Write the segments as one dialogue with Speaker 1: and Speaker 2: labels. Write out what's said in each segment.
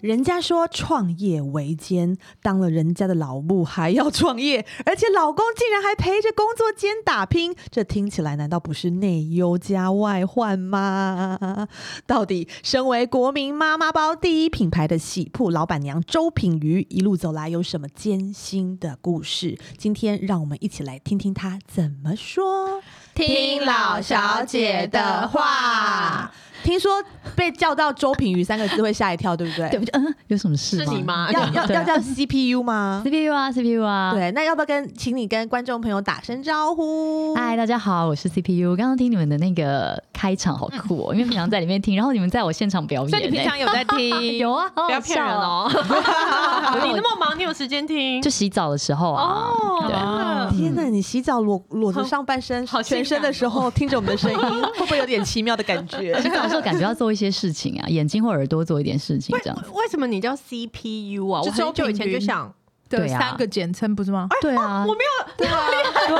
Speaker 1: 人家说创业维艰，当了人家的老母还要创业，而且老公竟然还陪着工作兼打拼，这听起来难道不是内忧加外患吗？到底身为国民妈妈包第一品牌的喜铺老板娘周品瑜，一路走来有什么艰辛的故事？今天让我们一起来听听她怎么说。
Speaker 2: 听老小姐的话。
Speaker 1: 听说被叫到周品瑜三个字会吓一跳，对不 对？
Speaker 3: 对，我就嗯，有什么事
Speaker 2: 是
Speaker 3: 吗？
Speaker 2: 你吗？
Speaker 1: 要要
Speaker 3: 对
Speaker 1: 要
Speaker 3: 啊
Speaker 1: 叫 CPU 吗？
Speaker 3: ？CPU 啊，CPU 啊，，
Speaker 1: 对，那要不要跟请你跟观众朋友打声招呼？
Speaker 3: 嗨，大家好，我是 CPU。刚刚听你们的那个开场好酷 哦，因为平常在里面听，然后你们在我现场表演欸，
Speaker 2: 所以你平 常有在听？
Speaker 3: 有啊，好
Speaker 2: 不
Speaker 3: 好
Speaker 2: 要骗人
Speaker 3: 笑哦。
Speaker 2: 哦！ 你那么忙，你有啊时间听？
Speaker 3: 就洗澡的时候啊，
Speaker 2: 哦，
Speaker 3: 对
Speaker 2: 真的
Speaker 1: 嗯天哪！你洗澡裸裸着上半身、
Speaker 2: 好
Speaker 1: 全
Speaker 2: 性感
Speaker 1: 身的时候，听着我们的声音，会不会有点奇妙的感觉？
Speaker 3: 洗澡的时候感觉要做一些事情 啊，眼睛或耳朵做一点事情这样子。
Speaker 2: 为什么你叫 CPU 啊？我
Speaker 4: 就周
Speaker 2: 很久以前
Speaker 4: 平
Speaker 2: 就
Speaker 4: 均
Speaker 2: 想，
Speaker 4: 的
Speaker 3: 对啊
Speaker 4: 三个简称，不是吗？
Speaker 3: 对啊，
Speaker 2: 我没有，对吧？
Speaker 3: 对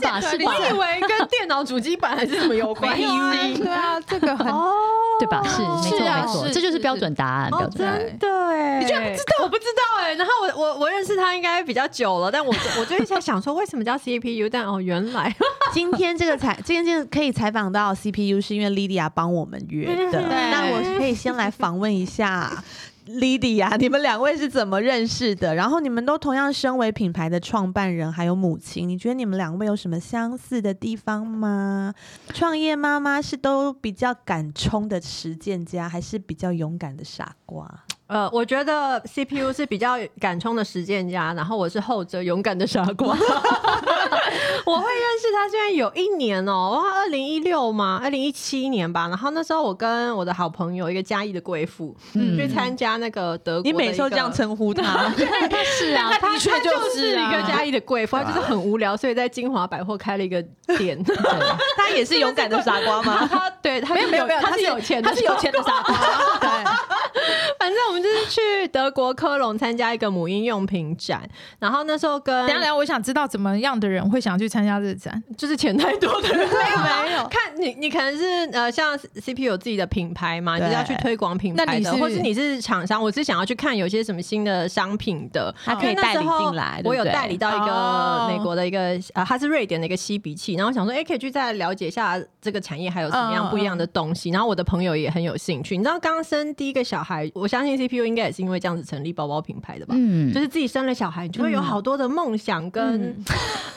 Speaker 3: 吧？是吧？
Speaker 2: 我以为跟电脑主机板还是什么有 关系。
Speaker 4: 对啊，这个很
Speaker 1: 哦
Speaker 3: 对吧？是，没
Speaker 4: 是
Speaker 3: 错
Speaker 4: 啊
Speaker 3: 没错，
Speaker 4: 是
Speaker 3: 这就是
Speaker 4: 是
Speaker 3: 标准答
Speaker 2: 哦
Speaker 3: 案，标准答案。
Speaker 2: 真的哎，你居然不知道？我不知道哎。然后我我我认识他应该比较久了，但我我就一直在想说为什么叫 CPU，但哦原来
Speaker 1: 今天这个采， 今天可以采访到 CPU，是因为 Lydia 帮我们约的。
Speaker 2: 嗯
Speaker 1: 那我可以先来访问一下 Lydia，你们两位是怎么认识的？然后你们都同样身为品牌的创办人，还有母亲，你觉得你们两位有什么相似的地方吗？创业妈妈是都比较敢冲的实践家，还是比较勇敢的傻瓜？
Speaker 2: 呃，我觉得 CPU 是比较敢冲的实践家，然后我是后者勇敢的傻瓜。 我会认识他，现在有一年哦、哇，二零一六嘛，二零一七年吧。然后那时候我跟我的好朋友，一个嘉义的贵妇，
Speaker 3: 嗯
Speaker 2: 去参加那个德国的
Speaker 1: 你
Speaker 2: 一个。
Speaker 1: 每次都这样称呼 她，
Speaker 3: 是啊，
Speaker 2: 他
Speaker 4: 的确
Speaker 2: 他
Speaker 4: 就是是
Speaker 2: 一
Speaker 4: 啊
Speaker 2: 个嘉义的贵妇，她就是很无聊，所以在金华百货开了一个店。
Speaker 3: 对
Speaker 1: 她也是勇敢的傻瓜吗？
Speaker 2: 他对他是
Speaker 4: 没有没有
Speaker 2: 他
Speaker 4: 他
Speaker 2: 是
Speaker 4: 是
Speaker 2: 有钱的，
Speaker 4: 他是有钱的傻瓜。 对，
Speaker 2: 反正我们就是去德国科隆参加一个母婴用品展，然后那时候跟
Speaker 4: 等一下等一下，我想知道怎么样的人会想去参加这展？
Speaker 2: 就是钱太多的人
Speaker 1: 没有
Speaker 2: 看你，你可能是呃，像 CP 有自己的品牌嘛，你
Speaker 1: 对
Speaker 2: 是要去推广品
Speaker 4: 那
Speaker 2: 牌
Speaker 4: 你
Speaker 2: 的，
Speaker 4: 是
Speaker 2: 或是你是厂商，我是想要去看有些什么新的商品的，哦
Speaker 3: 他可以
Speaker 2: 因为那时候
Speaker 3: 代理进来对不对
Speaker 2: 我有代理到一个
Speaker 4: 哦
Speaker 2: 美国的一个呃，它是瑞典的一个吸鼻器，然后我想说，哎，可以去再了解一下这个产业还有什么样
Speaker 4: 嗯嗯
Speaker 2: 不一样的东
Speaker 3: 哦
Speaker 2: 西。然后我的朋友也很有兴趣，你知道刚生第一个小孩，我相信 CPU 应该也是因为这样子成立包包品牌的吧。
Speaker 3: 嗯
Speaker 2: 就，是自己生了小孩，你就会有好多的梦想跟，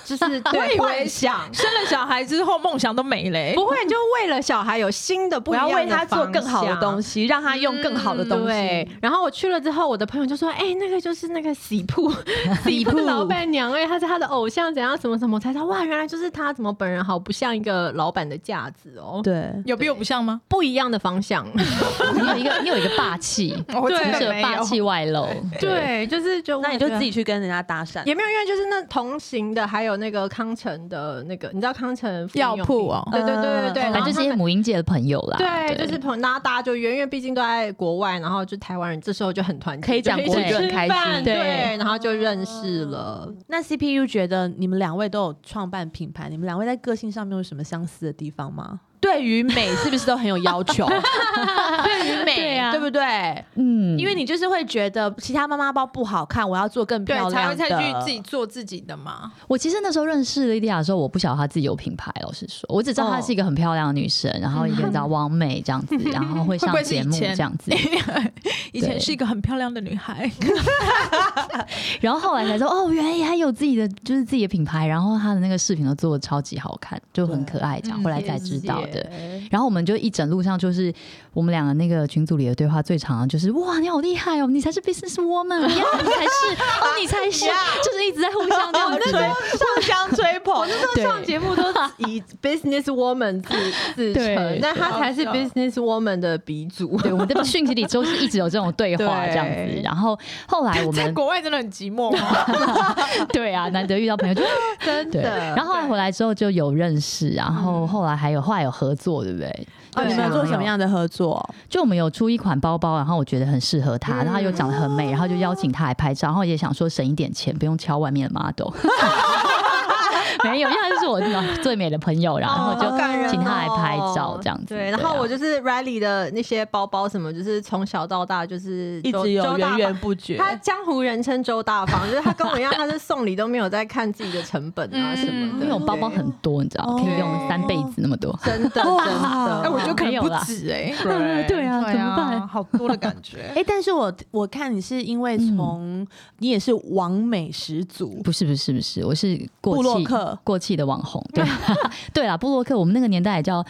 Speaker 2: 就是
Speaker 4: 我以
Speaker 2: 对
Speaker 4: 为
Speaker 2: 幻想，
Speaker 4: 生了小孩之后梦想都没了欸。
Speaker 2: 不会，就为了小孩有新的不
Speaker 1: 哎我
Speaker 2: 一
Speaker 1: 要
Speaker 2: 样的
Speaker 1: 为她做更好的东
Speaker 2: 西。
Speaker 1: 西，让她用更好的东西
Speaker 2: 对。，然后我去了之后，我的朋友就说：“哎、那个就是那个喜铺， 喜
Speaker 3: 铺
Speaker 2: 铺的老板娘，哎，她是她的偶像，怎样什么什么，我才知道哇，原来就是她，怎么本人好不像一个老板的架子哦，
Speaker 1: 对，
Speaker 4: 有比我不像吗？
Speaker 2: 不一样的 方向。
Speaker 3: 你有一个你有一个霸气，
Speaker 4: 我
Speaker 2: 哦对
Speaker 4: 真
Speaker 3: 而
Speaker 4: 的
Speaker 3: 且
Speaker 4: 没
Speaker 3: 霸气
Speaker 4: 有。
Speaker 3: 外露，
Speaker 2: 对，就是就
Speaker 1: 那你就自己去跟人家搭讪。
Speaker 2: 也没有，因为就是那同行的，还有那个康城的那个，你知道康城妇女用
Speaker 4: 药铺哦
Speaker 2: 品对对对对对，
Speaker 3: 反
Speaker 2: 然后
Speaker 3: 正就是
Speaker 2: 他
Speaker 3: 一些
Speaker 2: 们
Speaker 3: 母婴界的朋友啦，
Speaker 2: 对，就是朋那大家就约，因为毕竟都在国外，然后就台湾人这时候就很团结，
Speaker 3: 可以讲
Speaker 2: 就一
Speaker 3: 国
Speaker 2: 起
Speaker 3: 语就很
Speaker 2: 吃
Speaker 3: 开心
Speaker 2: 饭对
Speaker 3: 对，
Speaker 2: 然后就认识了。
Speaker 1: 那 CPU 觉得你们两位都有创办品牌，你们两位在个性上面有什么相似的地方吗？对于美是不是都很有要 求？对于美，
Speaker 3: 对啊
Speaker 1: 不对？
Speaker 3: 嗯，
Speaker 1: 因为你就是会觉得其他妈妈包不好看，我要做更
Speaker 4: 对
Speaker 1: 漂，
Speaker 4: 才会
Speaker 1: 亮的。
Speaker 4: 再去自己做自己的 嘛。
Speaker 3: 我其实那时候认识莉迪亚的时候，我不晓得她自己有品牌，老实说，我只知道她是一个很漂亮的女生，然后一个叫王美这样子，然后会上
Speaker 4: 会不会是
Speaker 3: 节
Speaker 4: 以
Speaker 3: 目
Speaker 4: 前
Speaker 3: 这样子，
Speaker 4: 以前是一个很漂亮的女孩，
Speaker 3: 然后后来才说哦，原来她有自己的就是自己的品牌，然后她的那个视频都做的超级好看，就很可爱这样，
Speaker 4: 嗯
Speaker 3: 后来才知道的。
Speaker 2: 谢谢
Speaker 3: 然后我们就一整路上就是我们两个那个群组里的对话最长的就是哇你好厉害哦，你才是 business woman，呀你才是，哦你才是，就是一直在互相这样子。
Speaker 1: 互相吹捧，
Speaker 2: 那上节目都是以 business woman 自 自
Speaker 3: 对
Speaker 2: 称，但他才是
Speaker 4: 好笑
Speaker 2: business woman 的鼻祖。
Speaker 3: 对，我们的讯息里就是一直有这种对话这样子
Speaker 2: 对，
Speaker 3: 然后后来我
Speaker 4: 在
Speaker 3: 们
Speaker 4: 国外真的很寂 寞吗？
Speaker 3: 对啊，难得遇到朋友就
Speaker 2: 真
Speaker 3: 对，然后后来回来之后就有认识，然
Speaker 2: 嗯
Speaker 3: 后后来还有后来有合作，对不对？
Speaker 2: 对
Speaker 1: 哦你们有做什么样的合作？
Speaker 3: 就我们有出一款包包，然后我觉得很适合她，然后她又长得很美，然后就邀请她来拍照，然后也想说省一点钱，不用敲外面的 model。 没有，因为他就是我那最美的朋友，然后就
Speaker 2: 好感人哦哦
Speaker 3: 请他来拍照这样子。
Speaker 2: 对，然后
Speaker 3: 啊
Speaker 2: 我就是 Riley 的那些包包什么，就是从小到大就是
Speaker 1: 一
Speaker 2: 周
Speaker 1: 直有
Speaker 2: 周大
Speaker 1: 源
Speaker 2: 方
Speaker 1: 源不绝。
Speaker 2: 他江湖人称周大方，就是他跟我一样，他是送礼都没有在看自己的成本啊
Speaker 4: 嗯
Speaker 2: 什么的，
Speaker 3: 因为我包包很多，你知道，可以
Speaker 1: 哦
Speaker 3: 用三辈子那么多。
Speaker 2: 真的真
Speaker 1: 哇
Speaker 2: 的，
Speaker 4: 哎，我觉得可
Speaker 3: 没
Speaker 4: 能
Speaker 3: 有
Speaker 4: 不
Speaker 3: 啦
Speaker 4: 止哎，
Speaker 3: 对对啊怎么办
Speaker 4: 好多的感觉
Speaker 1: 哎、。但是我我看你是因为从、你也是完美十足，
Speaker 3: 不是不是不是，我是过
Speaker 1: 布洛
Speaker 3: 气
Speaker 1: 克
Speaker 3: 过气的网红。 对 对啦，布洛克，我们那个年代也叫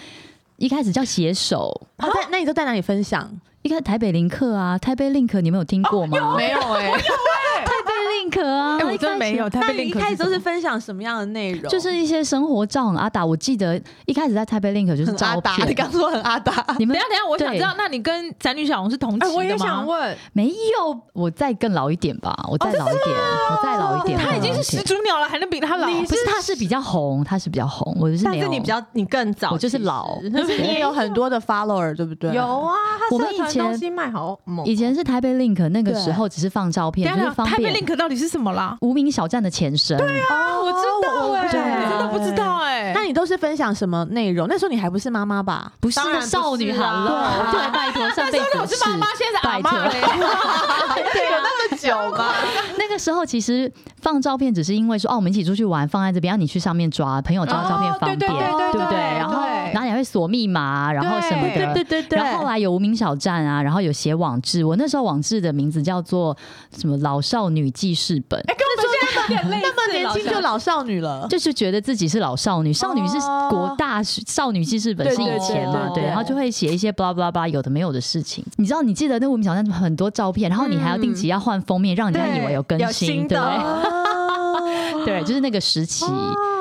Speaker 3: 一开始叫写手，
Speaker 1: 哦，在那你都在哪里分享？
Speaker 3: 一开始台北林克啊，台北 link 你们有听过吗？
Speaker 4: 没有哎，
Speaker 3: 台北 link 啊，
Speaker 4: 哎，我真的没有。
Speaker 1: 那
Speaker 4: 那
Speaker 1: 你一开始都是分享什么样的内容？
Speaker 3: 就是一些生活照很阿达，我记得一开始在台北 link 就是
Speaker 1: 很阿
Speaker 3: 照
Speaker 1: 达，你
Speaker 3: 片，
Speaker 1: 刚说很阿达，
Speaker 3: 你
Speaker 4: 等
Speaker 3: 们
Speaker 4: 一下等一下，我想
Speaker 3: 对
Speaker 4: 知道，那你跟宅女小红是同期的哎，吗？
Speaker 2: 我也想问，
Speaker 3: 没有，我再更老一点吧，
Speaker 4: 哦
Speaker 3: 我再老一点，我再老一点，
Speaker 4: 他已
Speaker 3: 再
Speaker 4: 经是
Speaker 3: 老一点
Speaker 4: 始祖鸟了，还能比他老？
Speaker 3: 不是，他是比较红，他是比较红，我就是
Speaker 2: 但
Speaker 3: 没有。
Speaker 2: 是你比较你更早，
Speaker 3: 我就是
Speaker 2: 其实
Speaker 3: 老
Speaker 1: 可是你也有很多的 follower，对不对？
Speaker 2: 有啊，他
Speaker 3: 我们
Speaker 2: 社团
Speaker 3: 以前
Speaker 2: 东西卖好猛，
Speaker 3: 以前是台北 Link 那个
Speaker 1: 对
Speaker 3: 时候只是放照片，
Speaker 4: 等一
Speaker 3: 就
Speaker 4: 下
Speaker 3: 是
Speaker 4: 等一下
Speaker 3: 方
Speaker 4: 啊台北
Speaker 3: 便。
Speaker 4: Link 到底是什么啦？
Speaker 3: 无名小站的前身，对啊，
Speaker 1: 哦，
Speaker 4: 我知道哎，
Speaker 1: 对啊
Speaker 4: 我真的不知道哎。
Speaker 1: 那你都是分享什么内容？那时候你还不是妈妈吧？
Speaker 3: 不是
Speaker 2: 当然不是啊
Speaker 3: 少女好 了，对，拜托，上辈
Speaker 4: 那我
Speaker 3: 子
Speaker 4: 是妈妈，现在是阿
Speaker 3: 拜
Speaker 4: 妈
Speaker 3: 托。
Speaker 4: 了。
Speaker 1: 对，啊有那么久吗？
Speaker 3: 那个时候其实放照片只是因为说，哦，我们一起出去玩，放在这边，让啊你去上面抓，朋友抓照片
Speaker 4: 哦
Speaker 3: 方
Speaker 4: 对
Speaker 3: 便，
Speaker 4: 对对对
Speaker 3: 对不
Speaker 4: 对
Speaker 3: 对？然后
Speaker 4: 对
Speaker 3: 然后你还会锁密码，然后什么
Speaker 1: 对
Speaker 3: 的，
Speaker 1: 对对对。
Speaker 3: 然后后来有无名小站啊，然后有写网志，我那时候网志的名字叫做什么“老少女记事本”，
Speaker 4: 哎，跟我们现在有点类似，
Speaker 1: 那么年轻就老少女了，
Speaker 3: 就是觉得自己是老少女，少女是国大少女记事本
Speaker 1: 哦对
Speaker 3: 是以前嘛，
Speaker 1: 对对对
Speaker 3: 对，然后就会写一些巴拉巴拉巴拉有的没有的事情。你知道，你记得那无名小站很多照片，然后你还要定
Speaker 1: 嗯
Speaker 3: 期要换封面，让人家以为有更
Speaker 2: 对有
Speaker 3: 新，
Speaker 2: 新
Speaker 3: 对
Speaker 2: 的
Speaker 3: 不
Speaker 1: 哦
Speaker 3: 对？对，就是那个时期，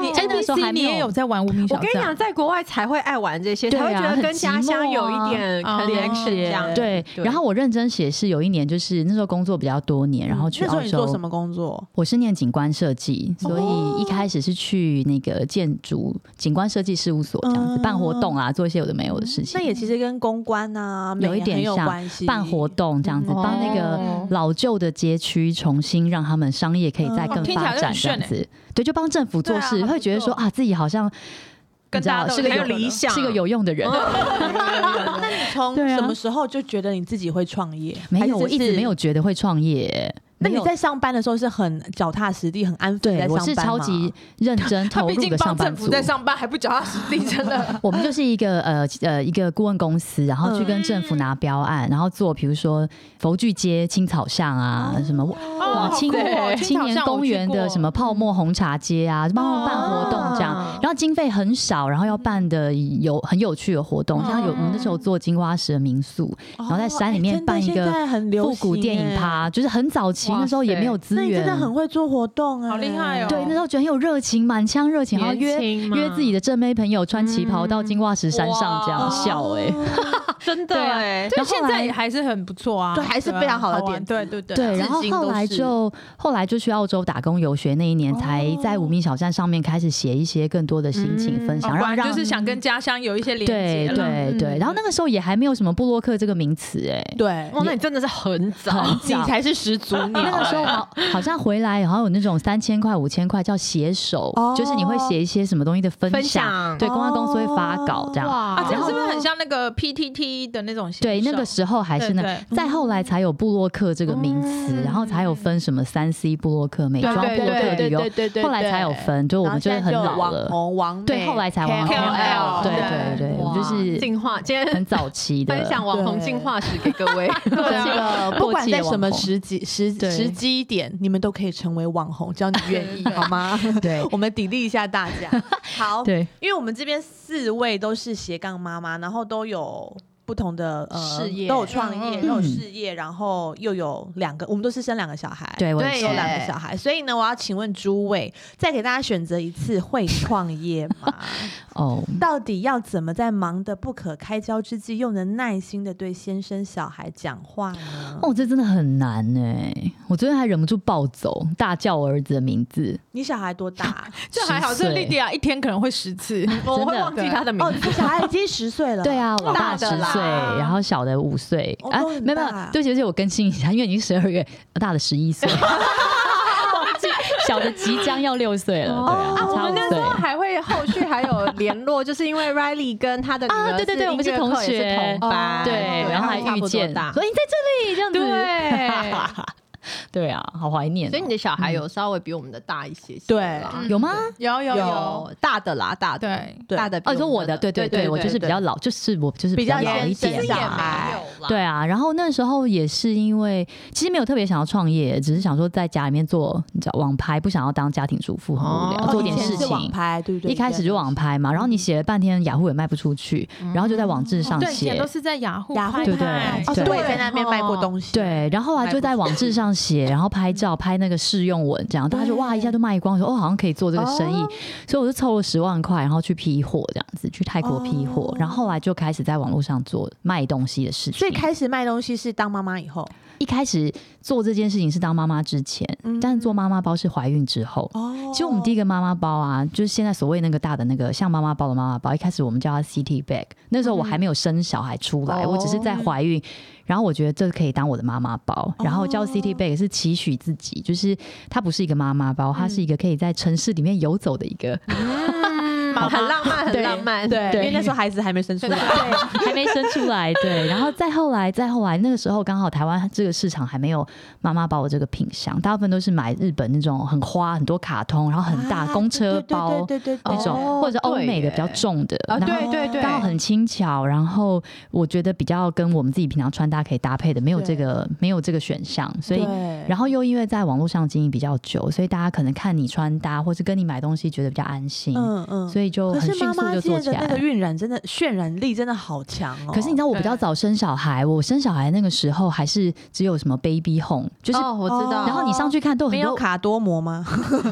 Speaker 4: 你
Speaker 3: 真的那时候
Speaker 4: NBC
Speaker 3: 还没
Speaker 4: 你
Speaker 3: 有
Speaker 4: 也有在玩无名
Speaker 2: 我
Speaker 4: 小
Speaker 2: 跟你讲，
Speaker 4: 站，
Speaker 2: 在国外才会爱玩这些，
Speaker 3: 对
Speaker 2: 才
Speaker 3: 啊
Speaker 2: 会觉得跟家乡有一点
Speaker 4: 很寂寞啊
Speaker 2: connection 这样。
Speaker 3: 对。然后我认真写是有一年，就是那时候工作比较多年， 然后去
Speaker 1: 嗯那时候
Speaker 3: 澳
Speaker 1: 你做什
Speaker 3: 洲。
Speaker 1: 么工作？
Speaker 3: 我是念景观设计，所
Speaker 1: 哦
Speaker 3: 以一开始是去那个建筑景观设计事务所这样子
Speaker 1: 嗯
Speaker 3: 办活动啊，做一些有的没有的事情。
Speaker 1: 那也其实跟公关啊，
Speaker 3: 有
Speaker 1: 美
Speaker 3: 一点
Speaker 1: 很有
Speaker 3: 像
Speaker 1: 关系，
Speaker 3: 办活动这样子，
Speaker 1: 嗯
Speaker 3: 帮那
Speaker 4: 哦
Speaker 3: 个老旧的街区重新让他们商业可以再更
Speaker 4: 嗯听起来
Speaker 3: 发
Speaker 4: 就
Speaker 3: 展
Speaker 4: 很
Speaker 3: 这
Speaker 4: 炫
Speaker 3: 样子，对，就帮政府做
Speaker 4: 对
Speaker 3: 事，
Speaker 4: 啊
Speaker 3: 会觉得说
Speaker 4: 不
Speaker 3: 啊，自己好像
Speaker 4: 跟
Speaker 3: 你知道
Speaker 4: 大家都
Speaker 3: 是个
Speaker 4: 一
Speaker 2: 还有
Speaker 4: 样
Speaker 2: 理想，
Speaker 3: 是个有嗯用的人。
Speaker 4: 哦
Speaker 1: 那你从
Speaker 3: 对啊
Speaker 1: 什么时候就觉得你自己会创业？
Speaker 3: 没
Speaker 1: 还是
Speaker 3: 有，我一直
Speaker 1: 是
Speaker 3: 没有。觉得会创业。欸
Speaker 1: 那
Speaker 3: 没
Speaker 1: 你
Speaker 3: 有
Speaker 1: 在上班的时候是很脚踏实地、很安分在
Speaker 3: 对
Speaker 1: 上
Speaker 3: 我
Speaker 1: 班
Speaker 3: 是超
Speaker 1: 吗
Speaker 3: 级认真
Speaker 4: 他
Speaker 3: 投
Speaker 4: 毕
Speaker 3: 入
Speaker 4: 竟
Speaker 3: 的上
Speaker 4: 帮
Speaker 3: 班
Speaker 4: 政府
Speaker 3: 族。
Speaker 4: 在上班，还不脚踏实地，真的。
Speaker 3: 我们就是一个呃呃一个顾问公司，然后去跟政
Speaker 4: 嗯
Speaker 3: 府拿标案，然后做比如说佛具街、青草巷啊，什么
Speaker 4: 哦
Speaker 3: 呃青
Speaker 4: 好酷哦青
Speaker 3: 青
Speaker 4: 草
Speaker 3: 年
Speaker 4: 巷我
Speaker 3: 公
Speaker 4: 去
Speaker 3: 园的
Speaker 4: 过
Speaker 3: 什么泡沫红茶街
Speaker 1: 嗯
Speaker 3: 啊，帮他们办活动这样
Speaker 2: 哦，
Speaker 3: 然后经费很少，然后要办的有很有趣的活
Speaker 1: 嗯
Speaker 3: 动，像有我们那时候做金瓜石的民宿，
Speaker 1: 哦，
Speaker 3: 然后在山里
Speaker 1: 哎
Speaker 3: 面
Speaker 1: 真的
Speaker 3: 办一个
Speaker 1: 现在很流
Speaker 3: 复古电
Speaker 1: 行
Speaker 3: 影
Speaker 1: 哎，
Speaker 3: 趴，就是很早期
Speaker 4: 哇
Speaker 3: 那时候也没有资
Speaker 1: 那你真
Speaker 3: 源
Speaker 1: 的，很会做活动哎，
Speaker 4: 好厉害哦
Speaker 3: 对，那时候觉得很有热情，满腔热情，然后约
Speaker 2: 年轻嘛
Speaker 3: 约自己的正妹朋友穿旗袍到
Speaker 2: 嗯
Speaker 3: 金瓜石山上这
Speaker 1: 哦
Speaker 3: 样笑哎。
Speaker 2: 真的
Speaker 3: 对啊
Speaker 2: 哎，
Speaker 4: 就
Speaker 3: 然后
Speaker 4: 现
Speaker 3: 后
Speaker 4: 在
Speaker 3: 来
Speaker 4: 也还是很不错啊，
Speaker 1: 对还是
Speaker 4: 啊
Speaker 1: 非常好的
Speaker 4: 玩
Speaker 1: 点
Speaker 4: 对对对
Speaker 3: 对，
Speaker 1: 啊至
Speaker 3: 然后
Speaker 1: 今都
Speaker 3: 后来
Speaker 1: 是
Speaker 3: 就后来就去澳洲打工游学那一年，
Speaker 1: 哦
Speaker 3: 才在无名小站上面开始写一些更多的心
Speaker 1: 嗯
Speaker 3: 情分
Speaker 4: 哦
Speaker 3: 享，
Speaker 4: 果
Speaker 3: 让
Speaker 4: 然
Speaker 3: 让
Speaker 4: 就是想跟家乡有一些连
Speaker 3: 对
Speaker 4: 接了。
Speaker 3: 对对。然后那个时候也还没有什么布洛克这个名词，哎，
Speaker 1: 嗯对，
Speaker 2: 哇，那你真的是很早，
Speaker 3: 很早。
Speaker 1: 是始祖鸟哎
Speaker 3: 那个时候好，好像回来好像有那种三千块、五千块叫写手
Speaker 1: 哦，
Speaker 3: 就是你会写一些什么东西的分
Speaker 2: 分
Speaker 3: 享，
Speaker 2: 享
Speaker 3: 对，公关公司会发稿
Speaker 1: 哦
Speaker 3: 这样。
Speaker 2: 哇
Speaker 4: 啊，这
Speaker 3: 然
Speaker 4: 样
Speaker 3: 后
Speaker 4: 是不是很像那个 PTT 的那种形式？
Speaker 3: 对，那个时候还是那
Speaker 4: 对，
Speaker 3: 再后来才有布洛克这个名词，
Speaker 1: 哦
Speaker 3: 然后才有分什么三 C 布洛克、美妆布
Speaker 1: 对
Speaker 3: 洛克、
Speaker 1: 对
Speaker 3: 旅
Speaker 1: 对
Speaker 3: 游
Speaker 1: 对对对，
Speaker 3: 后来才有分，就我
Speaker 1: 然后
Speaker 3: 们就是
Speaker 1: 现在
Speaker 3: 很
Speaker 1: 就有
Speaker 3: 老
Speaker 1: 网
Speaker 3: 了，
Speaker 1: 红王
Speaker 3: 对，后来才网红
Speaker 4: KOL
Speaker 3: 对对对，我们就是
Speaker 2: 进化，今天
Speaker 3: 很早期 的
Speaker 2: 分。享网红
Speaker 1: 对
Speaker 2: 进化史给各位。
Speaker 4: 对
Speaker 1: 这
Speaker 4: 啊，
Speaker 1: 个 不
Speaker 3: 过
Speaker 1: 管
Speaker 3: 气的
Speaker 1: 在什么
Speaker 3: 网红
Speaker 1: 时机时
Speaker 3: 对
Speaker 1: 时机点，你们都可以成为网红， 只要你愿意，好吗？
Speaker 3: 对
Speaker 1: 我们砥砺一下大家。 好，
Speaker 3: 对，
Speaker 1: 因为我们这边四位都是斜杠妈妈，然后都有。不同的呃
Speaker 2: 事业
Speaker 1: 都有创业，
Speaker 4: 嗯
Speaker 1: 都有
Speaker 3: 嗯
Speaker 1: 事业，然后又有两个，我们都是生两个小孩，
Speaker 3: 对我
Speaker 2: 对
Speaker 3: 也
Speaker 1: 有
Speaker 2: 耶
Speaker 3: 是
Speaker 1: 两个小
Speaker 3: 哎
Speaker 1: 孩，所以呢，我要请问诸位，再给大家选择一次，会创业 吗？
Speaker 3: 哦，
Speaker 1: 到底要怎么在忙得不可开交之际，又能耐心的对先生小孩讲话呢？
Speaker 3: 哦，这真的很难哎！我昨天还忍不住暴走，大叫我儿子的名字，
Speaker 1: 你小孩多大？
Speaker 4: 这还好，
Speaker 3: 十岁
Speaker 4: 这莉迪亚一天可能会十次，
Speaker 2: 我会忘记他的名
Speaker 1: 哦，
Speaker 2: 字。
Speaker 1: 你小孩已经十岁了。
Speaker 3: 对，啊，我
Speaker 2: 大
Speaker 3: 大十
Speaker 2: 的啦
Speaker 3: 岁，然后小的五岁
Speaker 1: 哦，
Speaker 3: 啊
Speaker 1: 都，很
Speaker 3: 没有没有
Speaker 1: 大，
Speaker 3: 对不起，对不起，我更新一下，因为已经十二月，大的十一岁。忘记小的即将要六岁了，对
Speaker 2: 啊，我
Speaker 3: 差
Speaker 2: 们
Speaker 3: 五
Speaker 2: 那时
Speaker 3: 岁
Speaker 2: 候还会后续还 有联络，就是因为 Riley 跟他的女
Speaker 3: 啊
Speaker 2: 儿
Speaker 3: 对对对
Speaker 2: 是
Speaker 3: 我们是
Speaker 2: 音乐课
Speaker 3: 同
Speaker 2: 也
Speaker 3: 学哦
Speaker 2: 同班，
Speaker 3: 对，然后还
Speaker 2: 差
Speaker 3: 遇
Speaker 2: 不多
Speaker 3: 见，哎
Speaker 2: 大。
Speaker 3: 所以你在这里这样子，
Speaker 2: 对，
Speaker 3: 对啊，好怀念哦。
Speaker 2: 所以你的小孩有稍微比我们的大一些些，
Speaker 4: 对
Speaker 2: 啦
Speaker 4: 嗯
Speaker 3: 有吗？
Speaker 4: 有有有，
Speaker 2: 有大的啦，大的，
Speaker 4: 对，
Speaker 2: 大的比
Speaker 3: 哦，你说我
Speaker 2: 们
Speaker 3: 的，对对
Speaker 2: 对
Speaker 3: 对，我就是比较老，就是我就是
Speaker 4: 比较
Speaker 3: 老
Speaker 4: 先
Speaker 3: 一
Speaker 4: 生
Speaker 3: 点
Speaker 4: 也
Speaker 2: 小
Speaker 4: 没
Speaker 3: 吧。
Speaker 2: 有啦，
Speaker 3: 对啊，然后那时候也是因为，其实没有特别想要创业，只是想说在家里面做，你知道网拍，不想要当家庭主妇，很无聊，
Speaker 2: 哦
Speaker 3: 做
Speaker 2: 以
Speaker 3: 点
Speaker 2: 前
Speaker 3: 事
Speaker 2: 是
Speaker 3: 情。
Speaker 1: 拍，对不
Speaker 3: 一开始就网拍嘛，然后你写了半天，雅虎也卖不出去，然后就在网志上
Speaker 4: 哦对，以前
Speaker 3: 写
Speaker 4: 都，是在雅虎
Speaker 1: 雅虎
Speaker 4: 拍
Speaker 3: 对
Speaker 4: 卖
Speaker 1: 哦，
Speaker 3: 对
Speaker 1: 我也在那边卖过
Speaker 4: 西。
Speaker 1: 东西，
Speaker 3: 对，然后后来就在网志上写，然后拍照拍那个试用文，这样大家就哇一下就卖光，说哦好像可以做这个生意，所以我就凑了十万块，然后去批货这样子，去泰国批货，
Speaker 1: 哦
Speaker 3: 然后后来就开始在网络上做卖东西的事情。
Speaker 1: 所以开始卖东西是当妈妈以后
Speaker 3: 一开始做这件事情是当妈妈之前，
Speaker 1: 嗯
Speaker 3: 但是做妈妈包是怀孕之后。
Speaker 1: 哦
Speaker 3: 其实我们第一个妈妈包啊，就是现在所谓那个大的那个像妈妈包的妈妈包，一开始我们叫它 CT bag。那时候我还没有生小孩出来，
Speaker 1: 嗯
Speaker 2: 哦
Speaker 3: 我只是在怀孕，然后我觉得这可以当我的妈妈包，
Speaker 1: 哦
Speaker 3: 然后叫 CT bag 是期许自己，就是它不是一个妈妈包，它是一个可以在城市里面游走的一个，
Speaker 2: 嗯，很浪漫，很浪漫，
Speaker 1: 对，因
Speaker 3: 哦对
Speaker 1: 为那时候孩子还没生出来，
Speaker 3: 还没生出来，对，然后再后来，再后来，那个时候刚好台湾这个市场还没有妈妈包的这个品相，大部分都是买日本那种很花、很多卡通，然后很大
Speaker 1: 啊
Speaker 3: 公车包
Speaker 1: 对对对对对哦
Speaker 3: 那
Speaker 1: 对
Speaker 3: 种，或者是欧美
Speaker 2: 对
Speaker 3: 的
Speaker 2: 耶
Speaker 3: 比较重的，
Speaker 2: 啊，
Speaker 3: 然后
Speaker 2: 对对对，
Speaker 3: 刚好很轻巧，然后我觉得比较跟我们自己平常穿搭可以搭配的，没有这个没有这个选项，所以。
Speaker 1: 对
Speaker 3: 然后又因为在网络上经营比较久，所以大家可能看你穿搭，或是跟你买东西觉得比较安心，
Speaker 1: 嗯嗯
Speaker 3: 所以就
Speaker 1: 可
Speaker 3: 很
Speaker 1: 是
Speaker 3: 迅
Speaker 1: 妈
Speaker 3: 速
Speaker 1: 妈
Speaker 3: 就
Speaker 1: 界
Speaker 3: 做起
Speaker 1: 的
Speaker 3: 来
Speaker 1: 那
Speaker 3: 了。
Speaker 1: 个晕染真的渲染力真的好强哦。
Speaker 3: 可是你知道我比较
Speaker 4: 对
Speaker 3: 早生小孩，我生小孩那个时候还是只有什么 baby home，就是、
Speaker 2: 哦，我知道，
Speaker 3: 然后你上去看都有
Speaker 1: 没
Speaker 3: 很
Speaker 1: 有
Speaker 3: 多
Speaker 1: 卡多膜吗？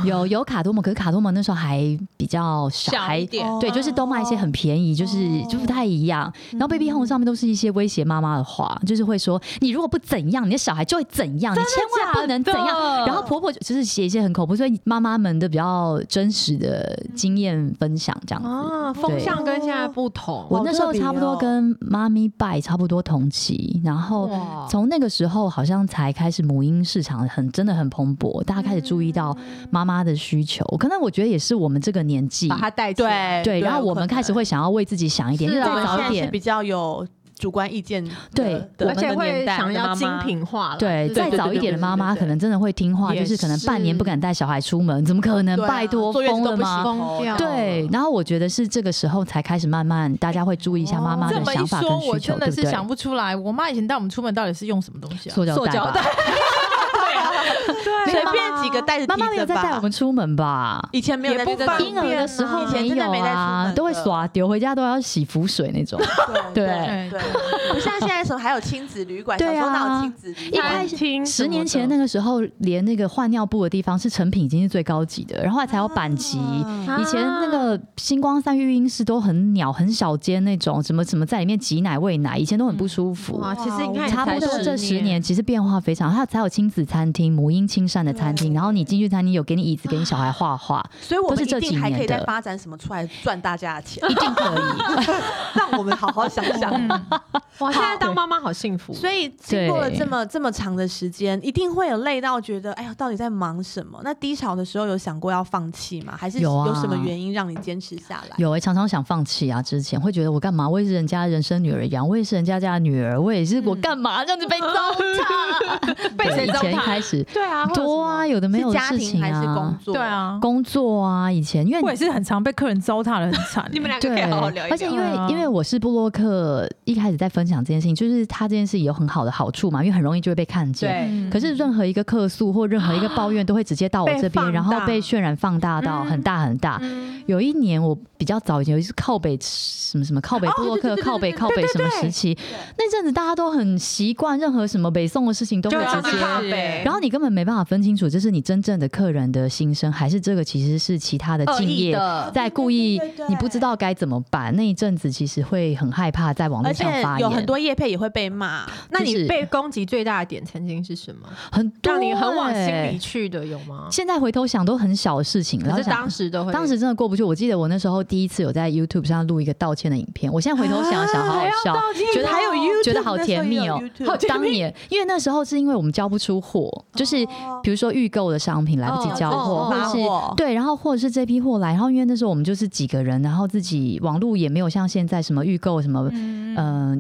Speaker 3: 有有卡多姆，可是卡多姆那时候还比较小，哦
Speaker 4: 小
Speaker 3: 还
Speaker 4: 一点，
Speaker 3: 对，就是都卖一些很便宜，就是、
Speaker 1: 哦
Speaker 3: 就不太一样。
Speaker 1: 嗯
Speaker 3: 然后 baby home 上面都是一些威胁妈妈的话，就是会说你如果不怎样，你的小孩就会怎样，你千万不能怎
Speaker 4: 假
Speaker 3: 样。
Speaker 4: 的
Speaker 3: 然后婆婆就是写一些很恐怖，所以妈妈们的比较真实的经验分享这样子。
Speaker 2: 啊，风向跟现
Speaker 3: 哦
Speaker 2: 在不同，
Speaker 3: 我那时
Speaker 1: 哦好特
Speaker 3: 候
Speaker 1: 别
Speaker 3: 差不多
Speaker 1: 哦
Speaker 3: 跟妈咪拜差不多同期，然后
Speaker 1: 哦
Speaker 2: 哇
Speaker 3: 从那个时候好像才开始母婴市场很真的很蓬勃，大家开始注意到
Speaker 1: 嗯
Speaker 3: 妈妈的需求。可能我觉得也是我们这个年纪
Speaker 2: 把，它带起来，
Speaker 3: 对，然后我
Speaker 1: 有可能
Speaker 3: 们开始会想要为自己想一点，
Speaker 2: 是
Speaker 3: 就
Speaker 2: 啊
Speaker 3: 再
Speaker 1: 我们
Speaker 3: 早一
Speaker 1: 现在是
Speaker 3: 点
Speaker 1: 比。较有主观意见的，
Speaker 3: 对
Speaker 1: 的
Speaker 2: 而且
Speaker 1: 那个年
Speaker 2: 会
Speaker 1: 代
Speaker 2: 想
Speaker 1: 的
Speaker 2: 要
Speaker 1: 妈
Speaker 2: 精
Speaker 1: 妈。
Speaker 2: 品化了，
Speaker 3: 对，
Speaker 1: 对
Speaker 3: 再
Speaker 1: 对
Speaker 3: 早
Speaker 1: 对
Speaker 3: 一点的
Speaker 1: 对
Speaker 3: 妈
Speaker 1: 对
Speaker 3: 妈
Speaker 1: 对
Speaker 3: 可能真的会听话，
Speaker 4: 也
Speaker 3: 就是可能半年不敢带小孩出门，怎么可能？
Speaker 1: 对啊
Speaker 3: 拜托，
Speaker 1: 坐月子
Speaker 3: 疯
Speaker 1: 都
Speaker 3: 了
Speaker 1: 不嗯
Speaker 3: 吗？
Speaker 1: 行
Speaker 2: 疯掉了，
Speaker 3: 对，然后我觉得是这个时候才开始慢慢大家会注意一下妈妈
Speaker 1: 哦
Speaker 4: 这
Speaker 3: 的
Speaker 4: 么一
Speaker 3: 想法跟
Speaker 4: 说，我
Speaker 3: 需求，
Speaker 4: 真
Speaker 3: 对
Speaker 4: 的
Speaker 3: 不
Speaker 4: 是
Speaker 3: 对？
Speaker 4: 想不出来，我妈以前带我们出门到底是用什么东西啊？
Speaker 3: 塑胶
Speaker 4: 塑
Speaker 3: 袋
Speaker 4: 胶
Speaker 3: 吧。
Speaker 4: 袋，
Speaker 1: 对，随便几个袋子
Speaker 3: 妈
Speaker 1: 提
Speaker 3: 妈没有
Speaker 1: 着
Speaker 3: 在带我
Speaker 1: 吧。
Speaker 3: 们出门吧？
Speaker 1: 以前没有
Speaker 4: 也
Speaker 1: 在
Speaker 4: 不
Speaker 1: 这
Speaker 4: 方
Speaker 1: 种
Speaker 3: 婴儿的时候
Speaker 1: 啊以前
Speaker 3: 没
Speaker 1: 真的
Speaker 3: 有
Speaker 1: 没带出
Speaker 3: 啊，
Speaker 1: 门
Speaker 3: 都会
Speaker 1: 的
Speaker 3: 耍丢，回家都要洗浮水那种。 对
Speaker 1: 对对， 不像现在什么还有亲子旅馆，小
Speaker 3: 对
Speaker 1: 时候哪有
Speaker 3: 啊
Speaker 1: 亲子旅
Speaker 3: 一
Speaker 1: 馆？
Speaker 3: 开始
Speaker 2: 听
Speaker 3: 十年前那个时候，连那个换尿布的地方是成品已经是最高级的，然后才有
Speaker 1: 嗯
Speaker 3: 板级。
Speaker 1: 啊
Speaker 3: 以前那个星光三育婴室都很鸟、很小间那种，什么什么在里面挤奶喂奶，以前都很不舒服。
Speaker 2: 哇，其实你
Speaker 1: 嗯哇
Speaker 2: 看
Speaker 3: 差不多
Speaker 2: 才
Speaker 3: 这十年，其实变化非常，还有才有亲子餐厅、母婴亲善的餐厅，
Speaker 1: 对
Speaker 3: 然后你进去餐厅有给你椅子，给你小孩画画，
Speaker 1: 所以我
Speaker 3: 都
Speaker 1: 们
Speaker 3: 是
Speaker 1: 一
Speaker 3: 这
Speaker 1: 定
Speaker 3: 几
Speaker 1: 还可以
Speaker 3: 年
Speaker 1: 再
Speaker 3: 的
Speaker 1: 发展什么出来赚大家的钱，
Speaker 3: 一定可以。
Speaker 1: 让我们好好想想。
Speaker 4: 嗯
Speaker 2: 哇，现在当妈妈好幸福，
Speaker 1: 所以经过了这么这么长的时间，一定会有累到觉得，哎呀，到底在忙什么？那低潮的时候有想过要放弃吗？还是
Speaker 3: 有啊
Speaker 1: 有什么原因让你坚持下来？
Speaker 3: 有哎、常常想放弃啊！之前会觉得我干嘛？我也是人家人生女儿一样，我也是人家家的女儿，我也是我干嘛这样子被糟蹋？
Speaker 4: 被
Speaker 3: 对
Speaker 4: 谁
Speaker 3: 以
Speaker 4: 糟
Speaker 3: 前一
Speaker 4: 蹋？
Speaker 3: 开始
Speaker 2: 对啊，
Speaker 3: 多啊，有的没有
Speaker 1: 是
Speaker 3: 的
Speaker 1: 家
Speaker 3: 事
Speaker 1: 庭
Speaker 3: 情
Speaker 1: 还是工
Speaker 3: 啊，
Speaker 1: 作？
Speaker 4: 对，啊，
Speaker 3: 工作啊，以前因为
Speaker 4: 我也是很常被客人糟蹋的，很 惨。
Speaker 2: 你们两个可
Speaker 3: 对
Speaker 2: 以好好聊一聊，
Speaker 3: 而且因为、
Speaker 4: 对啊
Speaker 3: 因为我是布洛克，一开始在分享这件事情，就是他这件事情有很好的好处嘛，因为很容易就会被看见。
Speaker 2: 对
Speaker 4: 嗯
Speaker 3: 可是任何一个客诉或任何一个抱怨都会直接到我这
Speaker 2: 被放
Speaker 3: 边，然后
Speaker 2: 大
Speaker 3: 被渲染放大到很大很大。
Speaker 2: 嗯
Speaker 3: 有一年我比较早以前有一次靠北什么什么靠北布洛
Speaker 2: 哦
Speaker 3: 克、靠北靠北什么时期，那阵子大家都很习惯任何什么北宋的事情都会
Speaker 2: 就上
Speaker 3: 直
Speaker 2: 去
Speaker 3: 接。
Speaker 2: 靠北
Speaker 3: 然后你根本没办法分清楚，这是你真正的客人的心声，还是这个其实是其他的
Speaker 2: 恶
Speaker 3: 敬
Speaker 2: 意
Speaker 3: 业
Speaker 2: 的，
Speaker 3: 在故意
Speaker 1: 对对对对，
Speaker 3: 你不知道该怎么办。那一阵子其实会很害怕在网络
Speaker 1: 而
Speaker 3: 上
Speaker 1: 且
Speaker 3: 发言，
Speaker 1: 有很多业配也会被骂，
Speaker 2: 那
Speaker 3: 就是
Speaker 2: 你被攻击最大的点曾经是什么？
Speaker 3: 很多
Speaker 2: 让你很往心
Speaker 3: 欸
Speaker 2: 里去的有吗？
Speaker 3: 现在回头想都很小的事情，然
Speaker 2: 可
Speaker 3: 后
Speaker 2: 是
Speaker 3: 想
Speaker 2: 当时都会，
Speaker 3: 当时真的过不去。我记得我那时候第一次有在 YouTube 上录一个道歉的影片，我现在回头想想，好好
Speaker 2: 啊
Speaker 3: 笑，觉得
Speaker 1: 还有 YouTube，
Speaker 3: 觉得好甜蜜哦、
Speaker 1: 那时候也有 YouTube
Speaker 3: 当年，因为那时候是因为我们交不出货，就是比如说预购的商品来不及
Speaker 2: 哦
Speaker 3: 交货，
Speaker 2: 哦
Speaker 3: 或者是
Speaker 1: 发货
Speaker 3: 对，然后或者是这批货来，然后因为那时候我们就是几个人，然后自己网络也没有像现在什么预购什么，
Speaker 4: 嗯，
Speaker 3: 呃，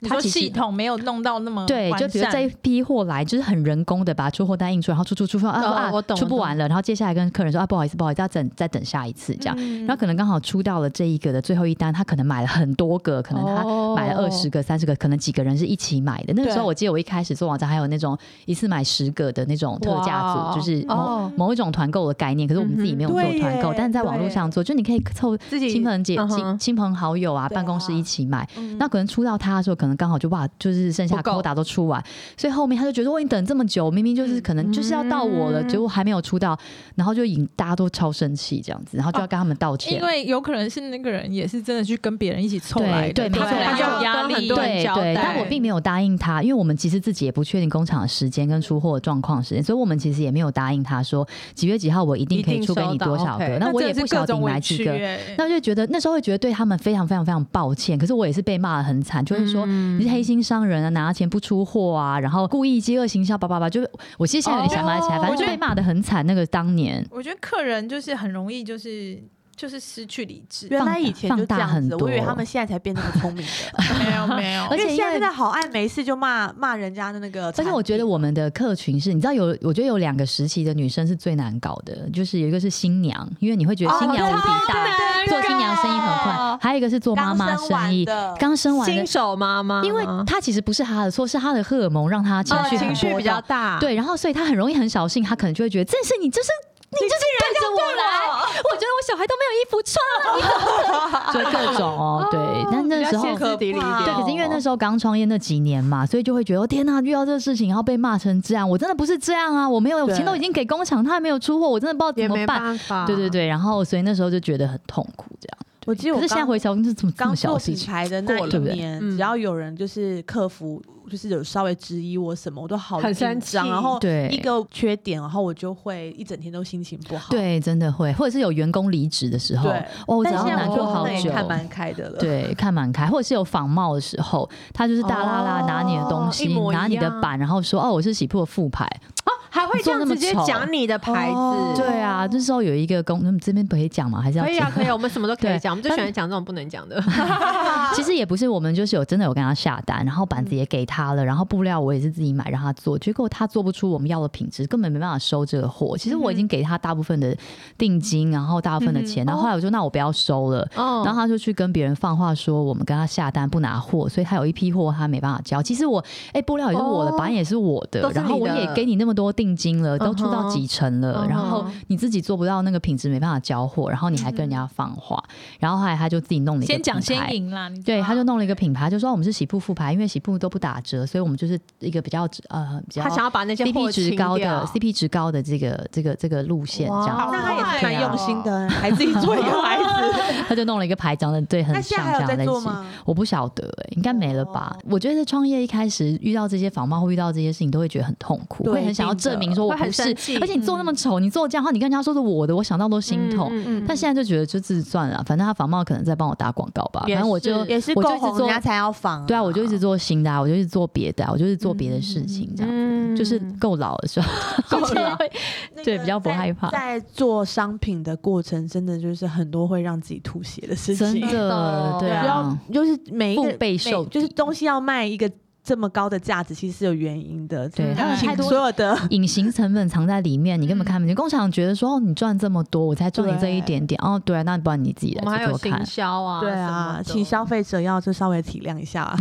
Speaker 4: 你
Speaker 3: 它
Speaker 4: 说
Speaker 3: 其实
Speaker 4: 系统没有弄到那么
Speaker 3: 对，
Speaker 4: 完
Speaker 3: 就比如
Speaker 4: 善
Speaker 3: 这一批货来，就是很人工的把出货单印出来，然后出出出出啊
Speaker 2: 哦
Speaker 3: 啊，
Speaker 2: 我懂
Speaker 3: 出
Speaker 2: 我
Speaker 3: 不
Speaker 2: 懂
Speaker 3: 完了，然后接下来跟客人说啊，不好意思，不好意思，要等再等下一次这样。
Speaker 1: 嗯
Speaker 3: 然后可能刚好出到了这一个的最后一单，他可能买了很多个，可能他
Speaker 2: 哦
Speaker 3: 买了二十个、三十个，可能几个人是一起买的。那个时候
Speaker 1: 对
Speaker 3: 我记得我一开始做网站还有那种一次买十个的那种特价
Speaker 2: 哇
Speaker 3: 组，就是某、
Speaker 2: 哦
Speaker 3: 某一种团购的概念，可是我们自己没有
Speaker 1: 嗯
Speaker 3: 做
Speaker 1: 哼
Speaker 3: 团
Speaker 1: 对
Speaker 3: 购，
Speaker 1: 耶
Speaker 3: 但是在网络上做，就你可以凑
Speaker 2: 自己
Speaker 3: 亲朋姐、
Speaker 2: 嗯
Speaker 3: 亲
Speaker 2: 哼
Speaker 3: 亲朋好友啊，
Speaker 1: 对啊
Speaker 3: 办公室一起买。
Speaker 1: 嗯
Speaker 3: 那可能出到他的时候，可能刚好就哇，就是剩下
Speaker 2: 不够
Speaker 3: quota 都出完，所以后面他就觉得我已经等这么久，明明就是可能就是要到我了，
Speaker 2: 嗯
Speaker 3: 结果还没有出到，然后就引大家都超生气这样子，然后就要跟他们道歉。
Speaker 4: 因为有可能是那个人也是真的去跟别人一起凑
Speaker 3: 对
Speaker 4: 来的，
Speaker 3: 对没
Speaker 4: 他
Speaker 3: 错
Speaker 4: 可能
Speaker 3: 他
Speaker 4: 就
Speaker 2: 就
Speaker 4: 有压
Speaker 2: 跟很
Speaker 4: 力，
Speaker 2: 多人
Speaker 3: 对
Speaker 2: 交
Speaker 3: 对，
Speaker 2: 代
Speaker 3: 但我并没有答应他，因为我们其实自己也不确定工厂的时间跟出货的状况时间，所以我们其实也没有答应他说几月几号我一定可以出给你多
Speaker 2: 一定收到
Speaker 3: 少个。
Speaker 2: ，OK
Speaker 3: 那我也
Speaker 4: 真的
Speaker 3: 不
Speaker 4: 是
Speaker 3: 晓得
Speaker 4: 各种
Speaker 3: 你买
Speaker 4: 委
Speaker 3: 几
Speaker 4: 屈
Speaker 3: 个，
Speaker 4: 欸
Speaker 3: 那就觉得那时候会觉得对他们非常非常非常抱歉。可是我也是被骂的很惨，就会说、
Speaker 4: 嗯
Speaker 2: 嗯
Speaker 3: 你是黑心商人啊，拿了钱不出货啊，然后故意饥饿行销，叭叭叭。就是我其实现在有点想不起来，
Speaker 4: 哦
Speaker 3: 反正
Speaker 4: 我觉
Speaker 3: 就
Speaker 4: 得
Speaker 3: 被骂的很惨。那个当年。
Speaker 4: 我觉得客人就是很容易就是就是失去理智，
Speaker 1: 原来以前就
Speaker 3: 放
Speaker 1: 这
Speaker 3: 大
Speaker 1: 样
Speaker 3: 很
Speaker 1: 子，
Speaker 3: 多
Speaker 1: 我以为他们现在才变那么聪明 的，
Speaker 4: 没有没 有
Speaker 3: 而且
Speaker 1: 因为现
Speaker 3: 因
Speaker 1: 在
Speaker 3: 为
Speaker 1: 真的好爱没事就骂骂人家的那个产
Speaker 3: 而
Speaker 1: 品。
Speaker 3: 且我觉得我们的客群是，你知道有，我觉得有两个时期的女生是最难搞的，就是有一个是新娘，因为你会觉
Speaker 2: 哦
Speaker 3: 得新娘无比大，
Speaker 1: 啊
Speaker 2: 啊
Speaker 3: 做新娘生意很快；还有一个是做妈妈生意
Speaker 1: 刚生完的，
Speaker 3: 刚生完的
Speaker 2: 新，手妈妈，
Speaker 3: 因为她其实不是她的错，是她的荷尔蒙让她情
Speaker 2: 呃
Speaker 3: 绪
Speaker 2: 情
Speaker 3: 很
Speaker 2: 绪
Speaker 3: 波
Speaker 2: 比较
Speaker 3: 动。
Speaker 2: 大，
Speaker 3: 对，然后所以她很容易很小兴，她可能就会觉得，正是你就是。你就是跟着我来，我觉得我小孩都没有 衣服穿了，你怎么就各种哦，对。但那时候
Speaker 2: 比较歇斯底里一点，
Speaker 3: 对，可是因为那时候刚创业那几年嘛，所以就会觉得哦天呐，遇到这个事情，然后被骂成这样，我真的不是这样啊，我没有
Speaker 1: 对
Speaker 3: 钱都已经给工厂，他还没有出货，我真的不知道
Speaker 2: 也
Speaker 3: 怎
Speaker 2: 没
Speaker 3: 么办。
Speaker 2: 办法，
Speaker 3: 对对，对，然后所以那时候就觉得很痛苦，这样。
Speaker 1: 我记得我
Speaker 3: 可是现在
Speaker 1: 刚
Speaker 3: 回想，这怎么这
Speaker 1: 刚
Speaker 3: 么小
Speaker 1: 做
Speaker 3: 的事
Speaker 1: 品
Speaker 3: 情？
Speaker 1: 牌的那
Speaker 3: 过了
Speaker 1: 一
Speaker 3: 对不对
Speaker 1: 年，
Speaker 2: 嗯
Speaker 1: 只要有人就是客服，就是有稍微质疑我什么，我都好
Speaker 2: 很生
Speaker 1: 紧张。
Speaker 2: 气
Speaker 1: 然后
Speaker 3: 对
Speaker 1: 一个缺点，然后我就会一整天都心情不好。
Speaker 3: 对，真的会，或者是有员工离职的时候，
Speaker 1: 对
Speaker 3: 哦，我只
Speaker 1: 但
Speaker 3: 要
Speaker 1: 现在
Speaker 3: 难
Speaker 1: 我
Speaker 3: 过好
Speaker 1: 觉得那也
Speaker 3: 久。
Speaker 1: 看蛮开的了。
Speaker 3: 对， 看蛮开，或者是有仿冒的时候，他就是大拉拉拿你的东
Speaker 2: 哦一
Speaker 3: 西，
Speaker 2: 模一
Speaker 3: 拿你的
Speaker 2: 样
Speaker 3: 板，然后说哦，我是喜铺的副牌，
Speaker 2: 哦还会这样直接讲你的牌
Speaker 1: 哦
Speaker 2: 子，
Speaker 3: 对啊，那时候有一个公，那这边可以讲吗？还是要
Speaker 2: 可以啊，
Speaker 3: 讲
Speaker 2: 可以啊，我们什么都可以
Speaker 3: 对
Speaker 2: 讲，我们就喜欢讲这种不能讲的。
Speaker 3: 其实也不是，我们就是有真的有跟他下单，然后板子也给他了，然后布料我也是自己买让他做，结果他做不出我们要的品质，根本没办法收这个货。
Speaker 2: 嗯
Speaker 3: 其实我已经给他大部分的定金，然后大部分的钱，然后后来
Speaker 2: 嗯
Speaker 3: 我说那我不要收了。
Speaker 2: 哦
Speaker 3: 然后他就去跟别人放话说，我们跟他下单不拿货，所以他有一批货他没办法交。其实我，哎、布料也是我的，
Speaker 2: 哦
Speaker 3: 板也是我的，
Speaker 2: 都是
Speaker 3: 然后
Speaker 2: 你
Speaker 3: 我
Speaker 2: 的
Speaker 3: 也给你那么多定金了，都出
Speaker 2: 嗯
Speaker 3: 到
Speaker 2: 哼
Speaker 3: 几成了，然后
Speaker 2: 嗯哼
Speaker 3: 你自己做不到那个品质，没办法交货，然后你还跟人家放话，然后后来他就自己弄了一个
Speaker 4: 先讲
Speaker 3: 品牌
Speaker 4: 先赢啦，你知道
Speaker 1: 啊
Speaker 3: 对，
Speaker 4: 吗
Speaker 3: 他就弄了一个品牌，就说我们是洗布复牌，因为洗布都不打折，所以我们就是一个比较呃比较
Speaker 2: 他想要把那些货
Speaker 3: CP 值高
Speaker 2: 清掉
Speaker 3: 的 CP 值高的这个这个这个路线这样
Speaker 2: 哇，
Speaker 1: 那他也是
Speaker 4: 对
Speaker 1: 蛮
Speaker 3: 哦
Speaker 4: 啊
Speaker 1: 用心的，还自己做一个孩子。
Speaker 3: 他就弄了一个牌，长得 对很
Speaker 1: 那现
Speaker 3: 像
Speaker 1: 在
Speaker 3: 这
Speaker 1: 还有
Speaker 3: 样
Speaker 1: 在
Speaker 3: 类
Speaker 1: 做
Speaker 3: 型。
Speaker 1: 吗？
Speaker 3: 我不晓得、欸，应该没了吧？
Speaker 1: 哦
Speaker 3: 我觉得创业一开始遇到这些仿冒或遇到这些事情，都会觉得很痛苦，
Speaker 1: 对
Speaker 3: 会很想要证明说我
Speaker 2: 会很
Speaker 3: 不是
Speaker 2: 生气，
Speaker 3: 而且你做那么丑，你做这样的话，你跟人家说是我的，我想到都心痛。
Speaker 2: 嗯嗯嗯
Speaker 3: 但现在就觉得就自己算了，反正他仿冒可能在帮我打广告吧，
Speaker 2: 也
Speaker 3: 啊反正我
Speaker 2: 是
Speaker 3: 就
Speaker 1: 也是
Speaker 3: 我就
Speaker 1: 够
Speaker 3: 一直
Speaker 1: 红，
Speaker 3: 做
Speaker 1: 人家才要仿啊。
Speaker 3: 对啊，我就一直做新的、啊，我就一直做别的、啊，我就是做别的事情，这样、
Speaker 2: 嗯啊
Speaker 3: 就是够老的时候，
Speaker 2: 够了
Speaker 3: 会
Speaker 1: 啊那个
Speaker 3: 对比较不
Speaker 1: 在
Speaker 3: 害怕
Speaker 1: 在做商品的过程，真的就是很多会让自己吐血的事
Speaker 3: 真
Speaker 1: 情。
Speaker 3: 的对
Speaker 1: 不要
Speaker 3: 啊，
Speaker 1: 就是每一个
Speaker 3: 腹背受
Speaker 1: 每就是东西要卖一个这么高的价值，其实是有原因的。
Speaker 3: 对
Speaker 4: 它有
Speaker 1: 请
Speaker 3: 太多
Speaker 1: 所有的
Speaker 3: 隐形成本藏在里面，你根本
Speaker 2: 嗯
Speaker 3: 看不见。工厂觉得说哦，你赚这么多，我才赚你这一点点，哦，对啊，那不然你自己
Speaker 2: 我们
Speaker 3: 来
Speaker 2: 还
Speaker 3: 做
Speaker 2: 有
Speaker 3: 做
Speaker 2: 行
Speaker 3: 看。
Speaker 2: 销啊，
Speaker 1: 对
Speaker 2: 什么
Speaker 1: 啊
Speaker 2: 的，
Speaker 1: 请消费者要就稍微体谅一下、啊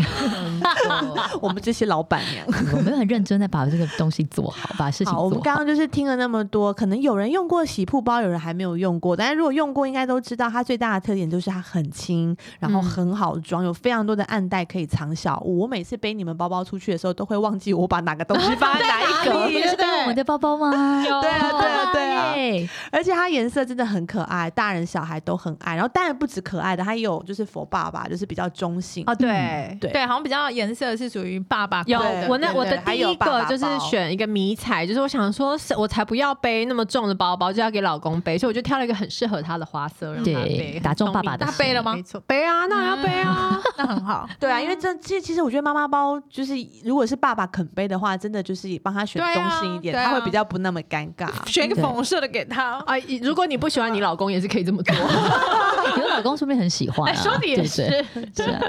Speaker 1: 我们这些老板娘。
Speaker 3: 我们很认真在把这个东西做好，把事情
Speaker 1: 好，我们
Speaker 3: 做
Speaker 1: 刚
Speaker 3: 好。
Speaker 1: 刚就是听了那么多，可能有人用过洗铺包，有人还没有用过。但是如果用过，应该都知道它最大的特点就是它很轻，然后
Speaker 2: 嗯
Speaker 1: 很好装，有非常多的暗袋可以藏小物。我每次背你们包包出去的时候，都会忘记我把哪个东西放在哪一
Speaker 3: 我
Speaker 1: 格
Speaker 3: 们。是跟我们的包包吗？哎
Speaker 1: 对啊，对啊，对啊。
Speaker 3: 耶
Speaker 1: 而且它颜色真的很可爱，大人小孩都很爱。然后当然不止可爱的，它也有就是佛爸爸，就是比较中性。
Speaker 2: 哦，对。
Speaker 1: 对
Speaker 4: 嗯对，好像比较颜色是属于爸爸
Speaker 2: 有
Speaker 4: 款的
Speaker 2: 我那
Speaker 1: 对
Speaker 2: 我的
Speaker 1: 对还
Speaker 2: 第
Speaker 1: 有
Speaker 2: 一
Speaker 1: 爸爸
Speaker 2: 个就是
Speaker 1: 包
Speaker 2: 选一个迷彩，就是我想说，是我才不要背那么重的包包，就要给老公背，所以我就挑了一个很适合他的花色让他
Speaker 3: 对
Speaker 2: 背，
Speaker 3: 打中爸爸的
Speaker 2: 他
Speaker 3: 心
Speaker 2: 背了吗？没错，背啊，那要背啊，
Speaker 4: 嗯那很好。
Speaker 1: 嗯对啊，因为这其实其实我觉得妈妈包就是如果是爸爸肯背的话，真的就是帮他选
Speaker 4: 对
Speaker 1: 中
Speaker 4: 啊
Speaker 1: 性一点，
Speaker 4: 对
Speaker 1: 他会
Speaker 4: 啊
Speaker 1: 比较不那么尴 尬。
Speaker 4: 选一个
Speaker 3: 对
Speaker 4: 粉红色的给他。
Speaker 2: 啊，如果你不喜欢你老公，也是可以这么做。
Speaker 3: 有老公说不定很喜 欢、
Speaker 2: 哎，
Speaker 3: 啊，
Speaker 2: 说的也是，
Speaker 3: 对不对是啊，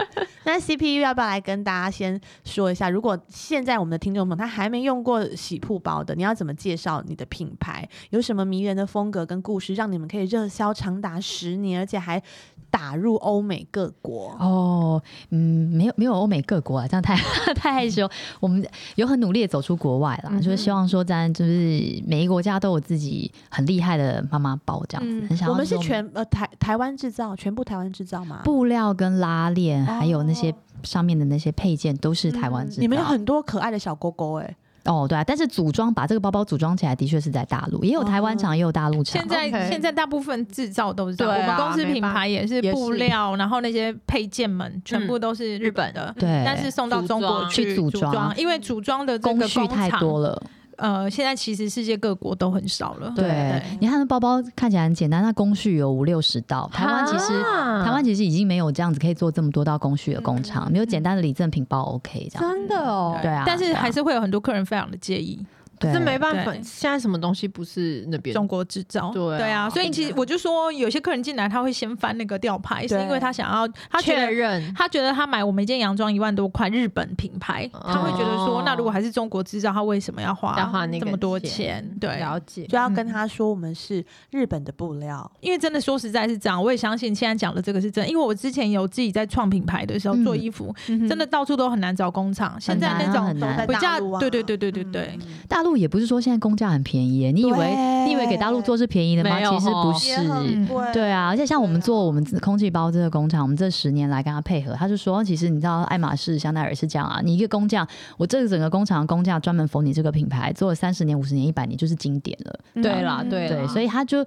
Speaker 1: 那 CPU 要不要来跟大家先说一下？如果现在我们的听众朋友他还没用过洗铺包的，你要怎么介绍你的品牌？有什么迷人的风格跟故事，让你们可以热销长达十年，而且还打入欧美各国？
Speaker 3: 哦，嗯，没有没有欧美各国啊，这样太 太害羞。我们有很努力的走出国外啦，就是希望说咱就是每一个国家都有自己很厉害的妈妈包这样子，
Speaker 4: 嗯
Speaker 3: 很想要
Speaker 1: 我们是
Speaker 3: 这种
Speaker 1: 全呃台台湾制造，全部台湾制造吗？，
Speaker 3: 布料跟拉链，还有那些
Speaker 1: 哦
Speaker 3: 上面的那些配件都是台湾
Speaker 4: 嗯
Speaker 3: 制造。
Speaker 1: 你们有很多可爱的小勾勾哎、
Speaker 3: 哦，对啊，但是组装把这个包包组装起来，的确是在大陆，也有台湾厂，也有大陆厂
Speaker 4: 现。在
Speaker 2: OK
Speaker 4: 现在大部分制造都是这样，
Speaker 2: 对
Speaker 4: 我
Speaker 2: 啊
Speaker 4: 们公司
Speaker 2: 没
Speaker 4: 品
Speaker 2: 办法
Speaker 4: 牌也是
Speaker 2: 也
Speaker 4: 布
Speaker 2: 是
Speaker 4: 料，然后那些配件们全部都是
Speaker 2: 日
Speaker 4: 本
Speaker 2: 本
Speaker 4: 的，
Speaker 3: 嗯对，
Speaker 4: 但是送到中国
Speaker 2: 组装
Speaker 3: 去组
Speaker 4: 组
Speaker 3: 装
Speaker 4: 因为组装的这个
Speaker 3: 工序太
Speaker 4: 厂
Speaker 3: 多了。
Speaker 4: 呃，现在其实世界各国都很少了。
Speaker 3: 对，你看那包包看起来很简单，那工序有五六十道。台湾其实
Speaker 2: 啊
Speaker 3: 台湾其实已经没有这样子可以做这么多道工序的工厂，没有简单的礼赠品包 OK 这样。
Speaker 2: 真的哦，
Speaker 3: 对啊
Speaker 4: 但
Speaker 3: 对
Speaker 4: 是
Speaker 3: 啊
Speaker 4: 还是会有很多客人非常的介意
Speaker 3: 对，
Speaker 2: 这没办法，
Speaker 4: 对
Speaker 2: 现在什么东西不是那边
Speaker 4: 中国制造。
Speaker 2: 对啊
Speaker 4: 啊，所以其实我就说，有些客人进来他会先翻那个吊牌，是
Speaker 1: 对
Speaker 4: 因为他想要他觉
Speaker 2: 确
Speaker 4: 得。
Speaker 2: 认？
Speaker 4: 他觉得他买我们一件洋装一万多块，日本品牌，
Speaker 2: 哦
Speaker 4: 他会觉得说，那如果还是中国制造，他为什么要花
Speaker 2: 要花那个
Speaker 4: 这么多
Speaker 2: 钱
Speaker 4: 钱？对，
Speaker 2: 了解
Speaker 1: 就要
Speaker 3: 嗯
Speaker 1: 跟他说我们是日本的布料，
Speaker 4: 因为真的说实在是这样，我也相信现在讲的这个是真的，因为我之前有自己在创品牌的时候
Speaker 3: 嗯
Speaker 4: 做衣服，
Speaker 1: 真
Speaker 4: 真的到处都很难找工厂，现在
Speaker 3: 难
Speaker 4: 那
Speaker 3: 啊
Speaker 4: 种
Speaker 3: 很难
Speaker 4: 比
Speaker 1: 大
Speaker 4: 较
Speaker 1: 陆啊，
Speaker 4: 对对对对对对，
Speaker 3: 大陆也不是说现在工价很便宜耶，你以为
Speaker 1: 对
Speaker 3: 你以为给大陆做是便宜的吗？
Speaker 2: 没有
Speaker 3: 其实不
Speaker 2: 哦
Speaker 1: 也很
Speaker 3: 是。
Speaker 1: 贵
Speaker 3: 对啊，而且像我们做我们自空气包这个工厂，我们这十年来跟他配合，他就说，其实你知道爱马仕、香奈儿是这样啊，你一个工匠，我这个整个工厂的工匠专门缝你这个品牌，做了三十年、五十年、一百年，就是经典了。
Speaker 2: 对啦，对
Speaker 3: 对，
Speaker 4: 嗯
Speaker 2: 啦，
Speaker 3: 所以他就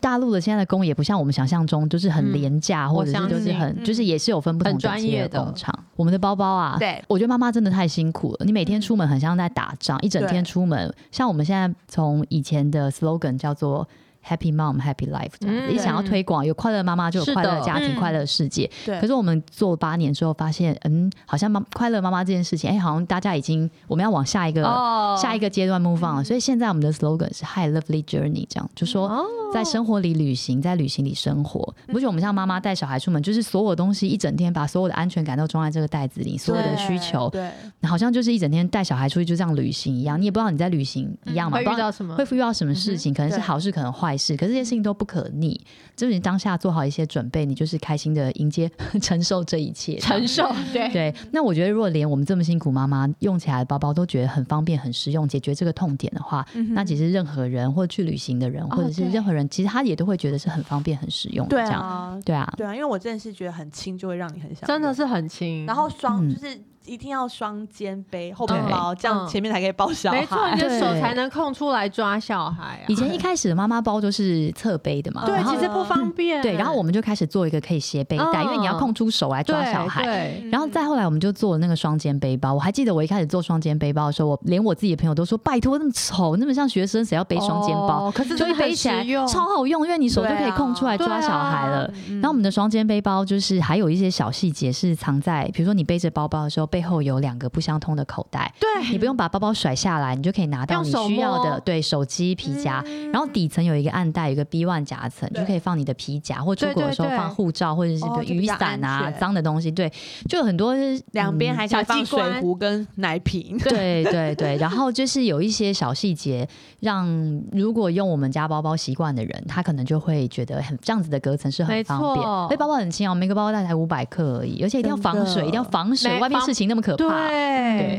Speaker 3: 大陆的现在的工也不像我们想象中，就是很廉价，或
Speaker 2: 嗯我
Speaker 3: 者是
Speaker 2: 相
Speaker 3: 就是
Speaker 2: 信
Speaker 3: 很、
Speaker 4: 嗯
Speaker 3: 就是也是有分不同
Speaker 2: 很专
Speaker 3: 等级
Speaker 2: 业的
Speaker 3: 工厂。我们的包包啊，
Speaker 1: 对，
Speaker 3: 我觉得妈妈真的太辛苦了，你
Speaker 2: 嗯
Speaker 3: 每天出门很像在打仗，一整天出门。像我们现在从以前的 slogan 叫做。Happy Mom, Happy Life，这样
Speaker 2: 嗯
Speaker 3: 子，一想要推广有快乐的妈妈，就有
Speaker 2: 是
Speaker 3: 快乐的
Speaker 2: 的
Speaker 3: 家庭、
Speaker 4: 嗯
Speaker 3: 快乐的世界。
Speaker 1: 对
Speaker 3: 可是我们做八年之后，发现，嗯，好像妈快乐妈妈这件事情，哎、好像大家已经我们要往下一个、
Speaker 2: 哦
Speaker 3: 下一个阶段 move on 了。所以现在我们的 slogan 是 Hi Lovely Journey，这样就说
Speaker 2: 哦嗯
Speaker 3: 在生活里旅行，在旅行里生活。不觉得我们像妈妈带小孩出门，就是所有东西一整天把所有的安全感都装在这个袋子里，所有的需求，
Speaker 1: 对，
Speaker 3: 好像就是一整天带小孩出去就这样旅行一样，你也不知道你在旅行一样嘛，
Speaker 2: 会
Speaker 3: 不
Speaker 2: 遇
Speaker 3: 知道
Speaker 2: 到什么
Speaker 3: 会？遇到什么事
Speaker 2: 嗯
Speaker 3: 情，可能是好事，可能坏事，可是这些事情都不可逆。就是你当下做好一些准备，你就是开心的迎接、 承受这一切。
Speaker 2: 承受， 对，
Speaker 3: 对，那我觉得如果连我们这么辛苦妈妈用起来的包包都觉得很方便、很实用，解决这个痛点的话，那其实任何人或去旅行的人，或者
Speaker 2: 嗯
Speaker 3: 是
Speaker 2: 哦对
Speaker 3: 任何人，其实他也都会觉得是很方便、很实用的
Speaker 1: 对
Speaker 3: 这样。
Speaker 1: 啊，
Speaker 3: 对啊，
Speaker 1: 对啊，因为我真的是觉得很轻，就会让你很想
Speaker 2: 真的
Speaker 1: 用。
Speaker 2: 是很轻。
Speaker 1: 然后双、
Speaker 3: 嗯
Speaker 1: 就是一定要双肩背后
Speaker 3: 对
Speaker 1: 背包，这样
Speaker 2: 嗯
Speaker 1: 前面才可以包小
Speaker 2: 没错，
Speaker 1: 孩。
Speaker 2: 你的手
Speaker 3: 对
Speaker 2: 才能空出来抓小孩啊。
Speaker 3: 以前一开始的妈妈包就是侧背的嘛，
Speaker 2: 对，
Speaker 3: 然后
Speaker 2: 其实不方便。
Speaker 3: 对，然后我们就开始做一个可以斜背带，
Speaker 2: 嗯
Speaker 3: 因为你要空出手来抓
Speaker 2: 对嗯
Speaker 3: 小孩。
Speaker 2: 对
Speaker 3: 然后再后来，我们就做了那个双肩背包。我还记得我一开始做双肩背包的时候，我连我自己的朋友都说：“拜托，那么丑，那么像学生，谁要背双肩包？”
Speaker 2: 哦可是
Speaker 3: 就
Speaker 2: 真
Speaker 3: 一
Speaker 2: 的
Speaker 3: 背
Speaker 2: 很实
Speaker 3: 起来
Speaker 2: 用，啊嗯
Speaker 3: 超好用，因为你手就可以空出来抓小孩了。
Speaker 1: 嗯
Speaker 3: 然后我们的双肩背包就是还有一些小细节是藏在，比如说你背着包包的时候，背后有两个不相通的口 袋，
Speaker 2: 对
Speaker 3: 你不用把包包甩下来，你就可以拿到
Speaker 2: 用
Speaker 3: 你
Speaker 2: 手
Speaker 3: 需要的
Speaker 2: 摸嗯
Speaker 3: 对手机皮夹。啊然后底层有一个暗袋，有一个 B one 夹层，
Speaker 1: 对
Speaker 3: 就可以放你的皮夹，或出
Speaker 2: 对
Speaker 3: 国的
Speaker 2: 对
Speaker 3: 时候
Speaker 2: 对
Speaker 3: 放护照或者是
Speaker 1: 哦就比
Speaker 3: 雨
Speaker 1: 较
Speaker 3: 伞啊
Speaker 1: 安、全
Speaker 3: 脏的东西。对，就有很多
Speaker 1: 两边
Speaker 3: 嗯
Speaker 1: 还可以
Speaker 2: 小
Speaker 1: 放
Speaker 2: 机关
Speaker 1: 水壶跟奶瓶。
Speaker 3: 对对对，然后就是有一些小细节，让如果用我们家包包习惯的人，他可能就会觉得很这样子的隔层是很
Speaker 2: 没
Speaker 3: 方
Speaker 2: 错
Speaker 3: 便。而且包包很轻哦，每个包包大概才五百克而已，而且一定要
Speaker 1: 真
Speaker 3: 防水，
Speaker 1: 的
Speaker 3: 一定要防水，
Speaker 2: 没
Speaker 3: 外面
Speaker 2: 防
Speaker 3: 事情那么可
Speaker 2: 对，
Speaker 3: 怕。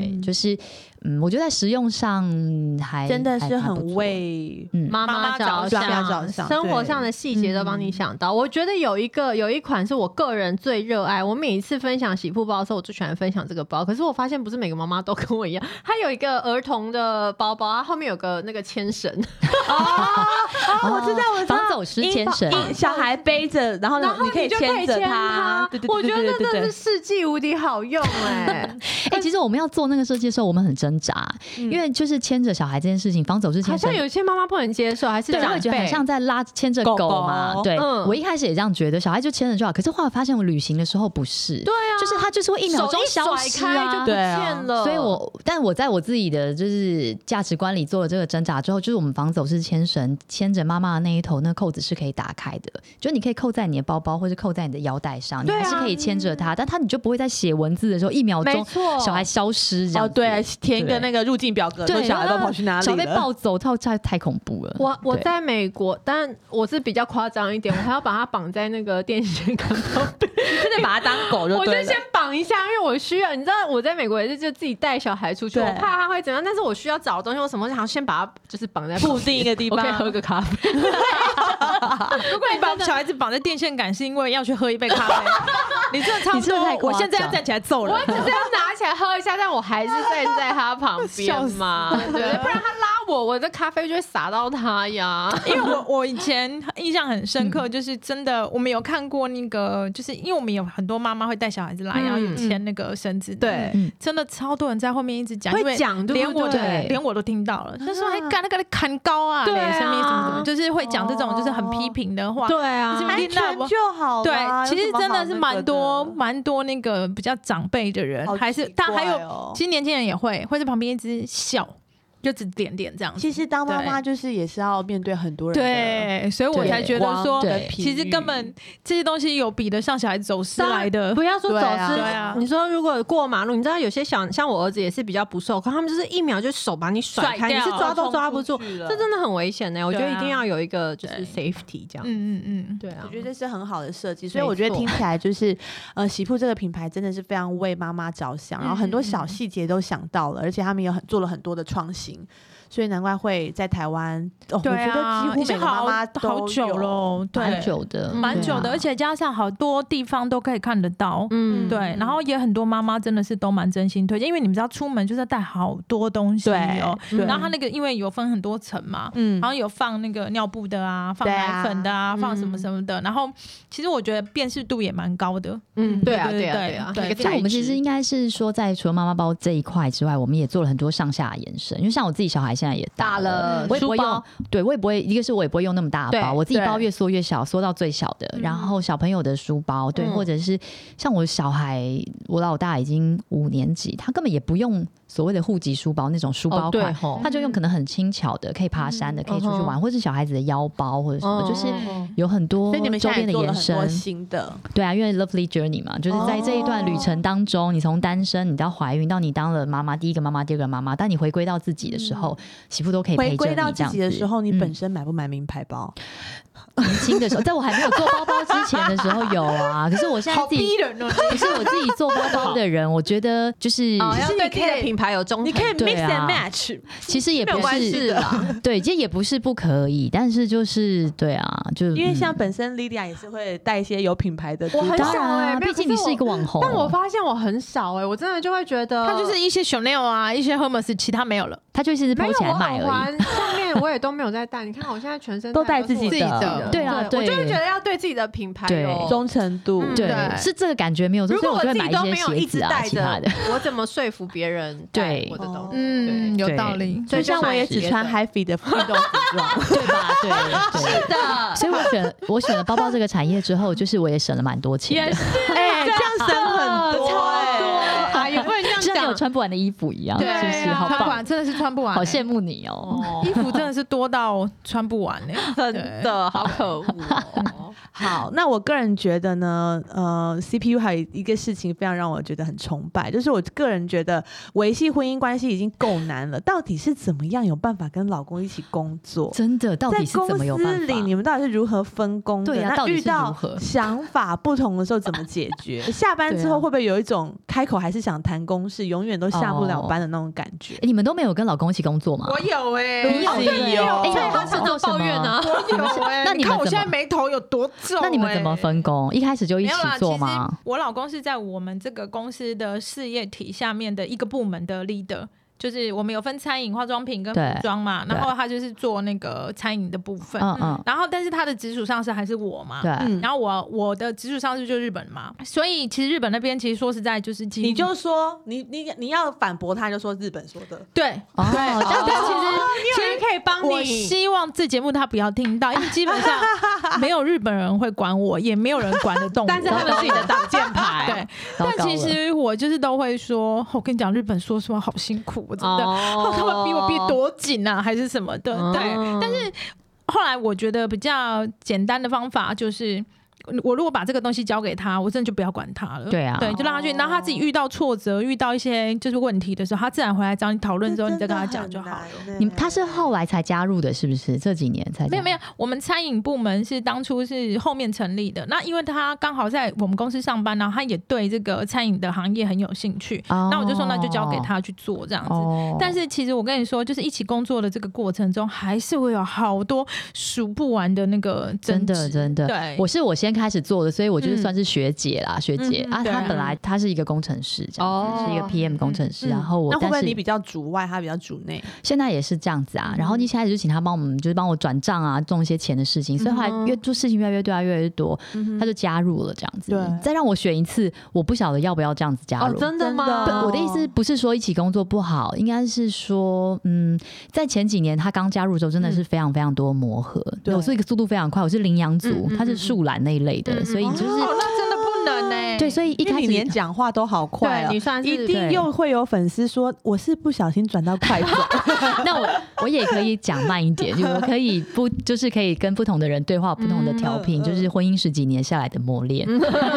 Speaker 3: 对，就是嗯，我觉得在实用上还
Speaker 1: 真的
Speaker 3: 还
Speaker 1: 是
Speaker 3: 蛮不
Speaker 1: 很
Speaker 3: 错
Speaker 1: 为
Speaker 3: 嗯
Speaker 2: 妈妈嗯着
Speaker 1: 妈妈着想
Speaker 2: 生活上的细节都帮你想到。我觉得有一个有一款是我个人最热爱，我每一次分享洗护包的时候，我最喜欢分享这个包。可是我发现不是每个妈妈都跟我一样，它有一个儿童的包包，它后面有个那个牵 绳，
Speaker 3: 哦，我知道，我防走失牵绳，
Speaker 1: 一小孩背着，然后呢
Speaker 2: 然后
Speaker 1: 你可以
Speaker 2: 就可以
Speaker 1: 着
Speaker 2: 牵它
Speaker 1: 对对
Speaker 2: 我
Speaker 1: 对
Speaker 2: 觉得
Speaker 1: 对对
Speaker 2: 真
Speaker 1: 对
Speaker 2: 的
Speaker 1: 对
Speaker 2: 是世纪无敌好用哎、
Speaker 3: 哎，其实我们要做那个设计的时候，我们很挣扎，因为就是牵着小孩这件事情，防走是
Speaker 2: 好
Speaker 3: 牵着
Speaker 2: 像。有些妈妈不能接受，还是
Speaker 3: 对，
Speaker 2: 长
Speaker 3: 会觉得
Speaker 2: 辈
Speaker 3: 很像在拉牵着
Speaker 4: 狗
Speaker 3: 狗嘛。
Speaker 4: 狗
Speaker 3: 对、
Speaker 2: 嗯
Speaker 3: 我一开始也这样觉得，小孩就牵着就好。可是后来发现，我旅行的时候不是，
Speaker 2: 对啊，
Speaker 3: 就是他就是会一秒
Speaker 2: 手
Speaker 3: 钟
Speaker 2: 一
Speaker 3: 消
Speaker 2: 甩
Speaker 3: 失
Speaker 2: 开就
Speaker 3: 啊
Speaker 2: 不。
Speaker 4: 对
Speaker 2: 见
Speaker 4: 啊
Speaker 2: 了，
Speaker 3: 所以我，但我在我自己的就是价值观里做了这个挣扎之后，就是我们防走是牵绳，牵着妈妈的那一头，那个扣子是可以打开的，就你可以扣在你的包包或是扣在你的腰带上，你
Speaker 2: 对啊
Speaker 3: 还是可以牵着它，但它你就不会在写文字的时候一秒
Speaker 2: 没
Speaker 3: 钟
Speaker 2: 错，
Speaker 3: 小孩消失这样
Speaker 4: 哦，
Speaker 3: 子
Speaker 4: 对，填一个
Speaker 3: 对
Speaker 4: 那个入境表格，说
Speaker 3: 对
Speaker 4: 小孩都跑去
Speaker 2: 啊
Speaker 4: 哪里
Speaker 3: 小
Speaker 4: 了？
Speaker 3: 孩被抱走，太太太恐怖了。
Speaker 2: 我我
Speaker 3: 对
Speaker 2: 在美国，但我是比较夸张一点，我还要把它绑在那个电 线杆旁边，
Speaker 4: 真的把它当狗就
Speaker 2: 我就
Speaker 4: 对了
Speaker 2: 先。绑一下，因为我需要，你知道我在美国也是就自己带小孩出去，
Speaker 4: 对
Speaker 2: 我怕他会怎样，但是我需要找东西，我什么我想先把它就是绑在
Speaker 4: 固定一个地
Speaker 2: 我
Speaker 4: 方
Speaker 2: 可以，喝个咖啡，
Speaker 4: 如果你把小孩子绑在电线杆，是因为要去喝一杯咖啡，你这差
Speaker 3: 你
Speaker 4: 不
Speaker 3: 真的太夸
Speaker 4: 多。我现在要
Speaker 3: 张
Speaker 4: 站起来揍人
Speaker 2: 我。只是要拿起来喝一下，但我还是站在他旁
Speaker 4: 笑
Speaker 2: 边
Speaker 4: 死
Speaker 2: 嘛， 对不对，不然他拉我，我的咖啡就会洒到他呀。
Speaker 4: 因为我我以前印象很深刻，就是真的，我们有看过那个，就是因为我们有很多妈妈会带小孩子来，
Speaker 2: 嗯
Speaker 4: 然后有牵那个绳子，
Speaker 2: 对
Speaker 3: 嗯，
Speaker 4: 真的超多人在后面一直讲，
Speaker 2: 会
Speaker 4: 因为
Speaker 2: 讲对
Speaker 4: 连
Speaker 2: 不
Speaker 4: 我
Speaker 3: 对
Speaker 4: 连我都听到了，就说还干那个砍高啊，
Speaker 2: 对啊
Speaker 4: 什么什么什么，就是会讲这种就是很批评的话，
Speaker 2: 对啊
Speaker 4: 就是
Speaker 1: 安全就好啦。
Speaker 4: 对，其
Speaker 1: 有
Speaker 4: 实
Speaker 1: 什么
Speaker 4: 真
Speaker 1: 好
Speaker 4: 的是
Speaker 1: 哦那
Speaker 4: 蛮
Speaker 1: 个
Speaker 4: 多蛮多那个比较长辈的人
Speaker 1: 好，
Speaker 4: 还是
Speaker 1: 奇
Speaker 4: 但还
Speaker 1: 怪哦
Speaker 4: 有，其实年轻人也会会在旁边一直笑，就只点点这样子。
Speaker 1: 其实当妈妈就是也是要面对很多人的
Speaker 4: 对，所以我
Speaker 3: 对
Speaker 4: 才觉得说，
Speaker 3: 对
Speaker 4: 其实根本这些东西有比得上小孩子走私
Speaker 2: 当
Speaker 4: 来
Speaker 2: 然
Speaker 4: 的
Speaker 2: 不。要说走
Speaker 1: 对啊
Speaker 2: 私，
Speaker 4: 对啊
Speaker 2: 你说如果过马路，你知道有些小像我儿子也是比较不受控，他们就是一秒就手把你甩
Speaker 4: 甩
Speaker 2: 开，
Speaker 4: 掉
Speaker 2: 你是抓都抓不住，
Speaker 1: 冲出去了
Speaker 2: 这真的很危险呢、我觉得
Speaker 4: 对啊
Speaker 2: 一定要有一个就是
Speaker 4: 对
Speaker 2: safety 这样。
Speaker 4: 嗯嗯嗯，
Speaker 2: 对啊
Speaker 1: 我，觉得这是很好的设计，所以
Speaker 2: 没
Speaker 1: 我觉得
Speaker 2: 错
Speaker 1: 听起来就是， 呃，喜铺这个品牌真的是非常为妈妈着想，然后很多
Speaker 4: 嗯嗯
Speaker 1: 小
Speaker 4: 嗯
Speaker 1: 细节都想到了，而且他们有很做了很多的创新，所以难怪会在台湾，哦、
Speaker 4: 对啊，
Speaker 1: 我觉得几乎
Speaker 4: 已经
Speaker 1: 每个妈
Speaker 4: 好
Speaker 1: 妈都
Speaker 4: 好久
Speaker 1: 有，
Speaker 4: 喽，对，
Speaker 3: 蛮久的，
Speaker 2: 嗯
Speaker 4: 蛮久
Speaker 3: 对
Speaker 4: 的，
Speaker 3: 啊
Speaker 4: 而且加上好多地方都可以看得到。
Speaker 2: 嗯，
Speaker 4: 对，然后也很多妈妈真的是都蛮真心推荐，因为你们知道出门就是要带好多东西哦。
Speaker 1: 对
Speaker 4: 然后它那个因为有分很多层嘛，
Speaker 1: 嗯
Speaker 4: 然后有放那个尿布的啊，放
Speaker 1: 对
Speaker 4: 奶
Speaker 1: 啊
Speaker 4: 粉的啊，放什么
Speaker 2: 嗯
Speaker 4: 什么的。然后其实我觉得辨识度也蛮高的。
Speaker 2: 嗯，对啊，
Speaker 4: 对
Speaker 2: 对啊，
Speaker 4: 对
Speaker 2: 对啊，
Speaker 4: 对
Speaker 2: 那个
Speaker 4: 所
Speaker 3: 所以我
Speaker 2: 材
Speaker 3: 们其
Speaker 2: 质
Speaker 3: 实应该是说，在除了妈妈包这一块之外，我们也做了很多上下延伸。因为像我自己小孩现在也
Speaker 2: 大了
Speaker 3: 我也
Speaker 2: 书
Speaker 3: 不会用
Speaker 2: 包，
Speaker 3: 对我也不会，一个是我也不会用那么大的包，
Speaker 2: 对
Speaker 3: 我自
Speaker 1: 嗯
Speaker 3: 己
Speaker 1: 对嗯
Speaker 3: 包越缩越小，缩到最小的。然后小朋友的书包，对，
Speaker 2: 嗯
Speaker 3: 或者是像我小孩，我老大已经五年级，他根本也不用所谓的户籍书包那种书
Speaker 2: 哦
Speaker 3: 包
Speaker 2: 对
Speaker 3: 款，
Speaker 2: 吼
Speaker 1: 嗯
Speaker 3: 他就用可能很轻巧的，可以爬山的，可以出去玩，或者是小孩子的腰包或者什么，
Speaker 2: 哦
Speaker 3: 就是
Speaker 1: 嗯
Speaker 2: 哦
Speaker 3: 有很多
Speaker 1: 所以你们
Speaker 3: 周
Speaker 1: 现在
Speaker 3: 边
Speaker 1: 也
Speaker 3: 的
Speaker 1: 做了
Speaker 3: 延
Speaker 1: 很多
Speaker 3: 伸。
Speaker 1: 新的，
Speaker 3: 对啊，因为 lovely journey 嘛，就是在这一段旅
Speaker 2: 哦
Speaker 3: 程当中，你从单身，你到怀孕，到你当了妈妈，第一个妈妈，第二个妈妈，但你回归到自己的时候，
Speaker 2: 嗯
Speaker 3: 媳妇都可以陪
Speaker 1: 回
Speaker 3: 着你
Speaker 1: 归
Speaker 3: 这
Speaker 1: 到
Speaker 3: 样
Speaker 1: 自
Speaker 3: 子。
Speaker 1: 己的时候，你
Speaker 3: 嗯
Speaker 1: 本身买不买名牌包？
Speaker 3: 年轻的时候，在我还没有做包包之前的时候有啊，可是我现在自己
Speaker 4: 人哦！
Speaker 3: 不是我自己做包包的人，我觉得就是。
Speaker 2: 哦，
Speaker 1: 实
Speaker 2: 要对
Speaker 1: 你
Speaker 2: 自
Speaker 1: 可
Speaker 2: 己的
Speaker 1: 以
Speaker 2: 品牌有忠
Speaker 1: 你可以
Speaker 2: 诚度
Speaker 3: 对
Speaker 1: mix
Speaker 3: 啊
Speaker 1: and match，
Speaker 2: 哦
Speaker 3: 其实也
Speaker 2: 没有
Speaker 3: 不
Speaker 2: 关系
Speaker 3: 是，
Speaker 2: 啦，
Speaker 3: 对，这也不是不可以，但是就是对啊，就
Speaker 1: 因为像
Speaker 3: 嗯
Speaker 1: 本身 Lydia 也是会带一些有品牌的珠
Speaker 2: 我
Speaker 1: 宝，
Speaker 2: 很
Speaker 3: 当
Speaker 2: 少
Speaker 3: 然
Speaker 2: 欸
Speaker 3: 啊，
Speaker 2: 没有
Speaker 3: 毕竟
Speaker 2: 可
Speaker 3: 你
Speaker 2: 是
Speaker 3: 是一
Speaker 2: 我
Speaker 3: 个网红，
Speaker 2: 但我发现我很少哎，我真的就会觉得
Speaker 4: 它就是一些 Chanel 啊，一些 Hermes，其他没有了。
Speaker 3: 他就是
Speaker 2: 没
Speaker 3: 抛
Speaker 2: 有
Speaker 3: 起来
Speaker 2: 我
Speaker 3: 卖
Speaker 2: 耳
Speaker 3: 而已。
Speaker 2: 环上面我也都没有在戴，你看我现在全身
Speaker 1: 都戴
Speaker 2: 戴
Speaker 1: 自己
Speaker 2: 的，
Speaker 1: 的
Speaker 3: 对啊
Speaker 2: 我就
Speaker 3: 对
Speaker 2: 会觉得要对自己的品牌
Speaker 3: 对
Speaker 2: 有
Speaker 1: 忠诚度，
Speaker 2: 嗯
Speaker 3: 对
Speaker 2: 对，
Speaker 3: 是这个感觉没有错，
Speaker 2: 如
Speaker 3: 所以
Speaker 2: 果
Speaker 3: 我就
Speaker 2: 自
Speaker 3: 会买
Speaker 2: 己
Speaker 3: 一
Speaker 2: 都
Speaker 3: 些
Speaker 2: 没有
Speaker 3: 鞋
Speaker 2: 一直
Speaker 3: 子啊，
Speaker 2: 带
Speaker 3: 其
Speaker 2: 着
Speaker 3: 他的。，
Speaker 2: 我怎么说服别人戴
Speaker 3: 对哦
Speaker 2: 我的东西？
Speaker 4: 嗯，有
Speaker 3: 对
Speaker 4: 道理。
Speaker 2: 所
Speaker 1: 就
Speaker 2: 以就
Speaker 1: 像我
Speaker 2: 买
Speaker 1: 也只
Speaker 2: 别
Speaker 1: 穿
Speaker 2: 的
Speaker 1: h i f i 的运动服装。
Speaker 3: 对吧？对，对。
Speaker 2: 的，
Speaker 3: 所以我选我选了包包这个产业之后，就是我也省了蛮多钱的，
Speaker 1: 哎、这样省很多、
Speaker 2: 超多，哎，也不能这 样
Speaker 3: 就像你有
Speaker 2: 讲。
Speaker 3: 穿不完的衣服一样，是
Speaker 2: 对啊
Speaker 3: 不是？好
Speaker 4: 穿不
Speaker 3: 棒，
Speaker 4: 完，真的是穿不完欸，
Speaker 3: 好羡慕你哦。
Speaker 4: 衣服真的是多到穿不完欸 呢。
Speaker 2: 真的好可恶 哦！
Speaker 1: 好，那我个人觉得呢，呃，CPU 还有一个事情非常让我觉得很崇拜，就是我个人觉得维系婚姻关系已经够难了，到底是怎么样有办法跟老公一起工作？
Speaker 3: 真的，到底
Speaker 1: 在
Speaker 3: 是
Speaker 1: 公
Speaker 3: 怎么有办
Speaker 1: 司
Speaker 3: 法
Speaker 1: 里，？你们到底是如何分工的？
Speaker 3: 对啊
Speaker 1: 那
Speaker 3: 到底
Speaker 1: 遇
Speaker 3: 是如
Speaker 1: 到
Speaker 3: 何
Speaker 1: 想法不同的时候怎么解 决？下班之
Speaker 3: 对
Speaker 1: 后
Speaker 3: 啊
Speaker 1: 会不会有一种开口还是想谈公事，永远都下不了
Speaker 3: 哦
Speaker 1: 班的那种感觉？
Speaker 3: 诶你们都没有跟老公一起工作吗？
Speaker 4: 有哎
Speaker 1: 你有你有
Speaker 3: 哎
Speaker 1: 对
Speaker 3: 那
Speaker 2: 他
Speaker 3: 你
Speaker 2: 常
Speaker 3: 们
Speaker 2: 常抱怨啊，
Speaker 4: 我有哎、
Speaker 3: 那你们
Speaker 4: 看我
Speaker 3: 怎
Speaker 4: 现在
Speaker 3: 么
Speaker 4: 眉头有多皱、
Speaker 3: 那你们怎么
Speaker 4: 哎？
Speaker 3: 分工？一开始就一
Speaker 4: 没
Speaker 3: 起
Speaker 4: 有啦，其
Speaker 3: 做
Speaker 4: 实
Speaker 3: 吗？
Speaker 4: 我老公是在我们这个公司的事业体下面的一个部门的 leader，就是我们有分餐饮、化妆品跟服
Speaker 3: 对
Speaker 4: 装嘛，
Speaker 3: 对
Speaker 4: 然后他就是做那个餐饮的部分，
Speaker 3: 嗯嗯，
Speaker 4: 然后但是他的直属上司还是我嘛，
Speaker 3: 对，
Speaker 1: 嗯，
Speaker 4: 然后我我的直属上司就是日本嘛，所以其实日本那边其实说实在就是几乎
Speaker 1: 你就说你你你要反驳他，就说日本说的。
Speaker 4: 对。
Speaker 3: 哦，这样
Speaker 4: 但
Speaker 3: 子
Speaker 4: 其实
Speaker 2: 其实可以帮
Speaker 4: 我
Speaker 2: 你。
Speaker 4: 希望这节目他不要听到，因为基本 上没有日本人会管我，也没有人管得动我。
Speaker 2: 但是他们是你 的挡箭牌，
Speaker 4: 对，
Speaker 3: 糟
Speaker 4: 但
Speaker 3: 糕
Speaker 4: 其
Speaker 3: 了
Speaker 4: 实我就是都会说，哦我跟你讲，日本说实话好辛苦，我真的，
Speaker 2: 哦
Speaker 4: 哦，他们逼我逼多紧啊，还是什么的，对。
Speaker 2: 嗯
Speaker 4: 但是后来我觉得比较简单的方法就是。我如果把这个东西交给他，我真的就不要管他了。
Speaker 3: 对啊
Speaker 4: 对，就让他去。然后他自己遇到挫折、遇到一些就是问题的时候，他自然回来找你讨论之后，你再跟他讲就好了。
Speaker 1: 了
Speaker 3: 你他是后来才加入的，是不是？这几年才加入
Speaker 4: 没有没有，我们餐饮部门是当初是后面成立的。那因为他刚好在我们公司上班，然后他也对这个餐饮的行业很有兴趣，
Speaker 3: 哦
Speaker 4: 那我就说那就交给他去做这样子。
Speaker 3: 哦
Speaker 4: 但是其实我跟你说，就是一起工作的这个过程中，还是会有好多数不完的那个
Speaker 3: 真
Speaker 4: 争执
Speaker 3: 的真的，
Speaker 4: 对，
Speaker 3: 我是我先开始做的，所以我就是
Speaker 4: 嗯
Speaker 3: 算是学姐啦，学姐
Speaker 4: 嗯
Speaker 3: 啊。
Speaker 4: 对
Speaker 3: 她本来她是一个工程师，这样
Speaker 2: 哦
Speaker 3: 子是一个 PM 工程师，然后我
Speaker 1: 嗯那会
Speaker 3: 但
Speaker 1: 不会
Speaker 3: 是
Speaker 1: 你比较主外，他比较主内？
Speaker 3: 现在也是这样子啊。然后一开始就请她帮我们，就是帮我转账啊，弄一些钱的事情，所以后来
Speaker 2: 嗯哼
Speaker 3: 越做事情越来越多，越来越多，她就加入了这样子
Speaker 1: 对。
Speaker 3: 再让我选一次，我不晓得要不要这样子加
Speaker 2: 哦
Speaker 3: 入，。
Speaker 2: 真的吗？
Speaker 1: 真
Speaker 3: 不我的意思不是说一起工作不好，应该是说，嗯，在前几年他刚加入的时候，真
Speaker 2: 嗯
Speaker 3: 的是非常非常多磨合。
Speaker 1: 对
Speaker 3: 我是一个速度非常快，我是羚羊族，
Speaker 2: 嗯嗯
Speaker 3: 他是树懒那一类的，
Speaker 2: 嗯嗯
Speaker 3: 所以
Speaker 1: 嗯
Speaker 3: 就是、
Speaker 4: 哦，那真的不能欸呢、
Speaker 3: 对，所以一
Speaker 1: 一
Speaker 3: 开
Speaker 1: 你
Speaker 3: 始
Speaker 1: 连讲话都好快
Speaker 2: 对
Speaker 1: 哦，
Speaker 2: 你算是
Speaker 1: 一定
Speaker 3: 对
Speaker 1: 又会有粉丝说我是不小心转到 快转，
Speaker 3: 那我我也可以讲慢一点，就我可以不就是可以跟不同的人对话，不同的调
Speaker 1: 嗯
Speaker 3: 频，
Speaker 1: 嗯
Speaker 3: 就是婚姻十几年下来的磨练。
Speaker 2: 嗯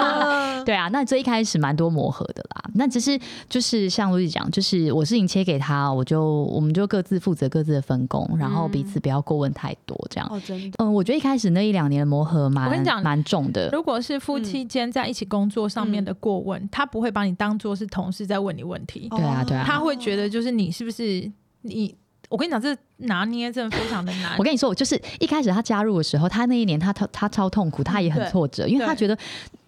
Speaker 3: 对啊，那最一开始蛮多磨合的啦。那只是就是像陆毅讲，就是我事情切给他，我就我们就各自负责各自的分工，然后
Speaker 2: 嗯
Speaker 3: 彼此不要过问太多这样。
Speaker 1: 哦，真的，
Speaker 3: 嗯，我觉得一开始那一两年的磨合蛮，
Speaker 4: 我跟你讲
Speaker 3: 蛮重的。嗯
Speaker 4: 如果是夫妻间在一起工作上面的过问，他不会把你当做是同事在问你问题，
Speaker 3: 对
Speaker 1: 哦
Speaker 3: 啊对啊
Speaker 4: 他会觉得就是你是不是你？我跟你讲，这拿捏真的非常的难
Speaker 3: 我。跟你说，我就是一开始他加入的时候，他那一年他他他超痛苦，他也很
Speaker 4: 嗯
Speaker 1: 对
Speaker 3: 挫折，因为他觉得。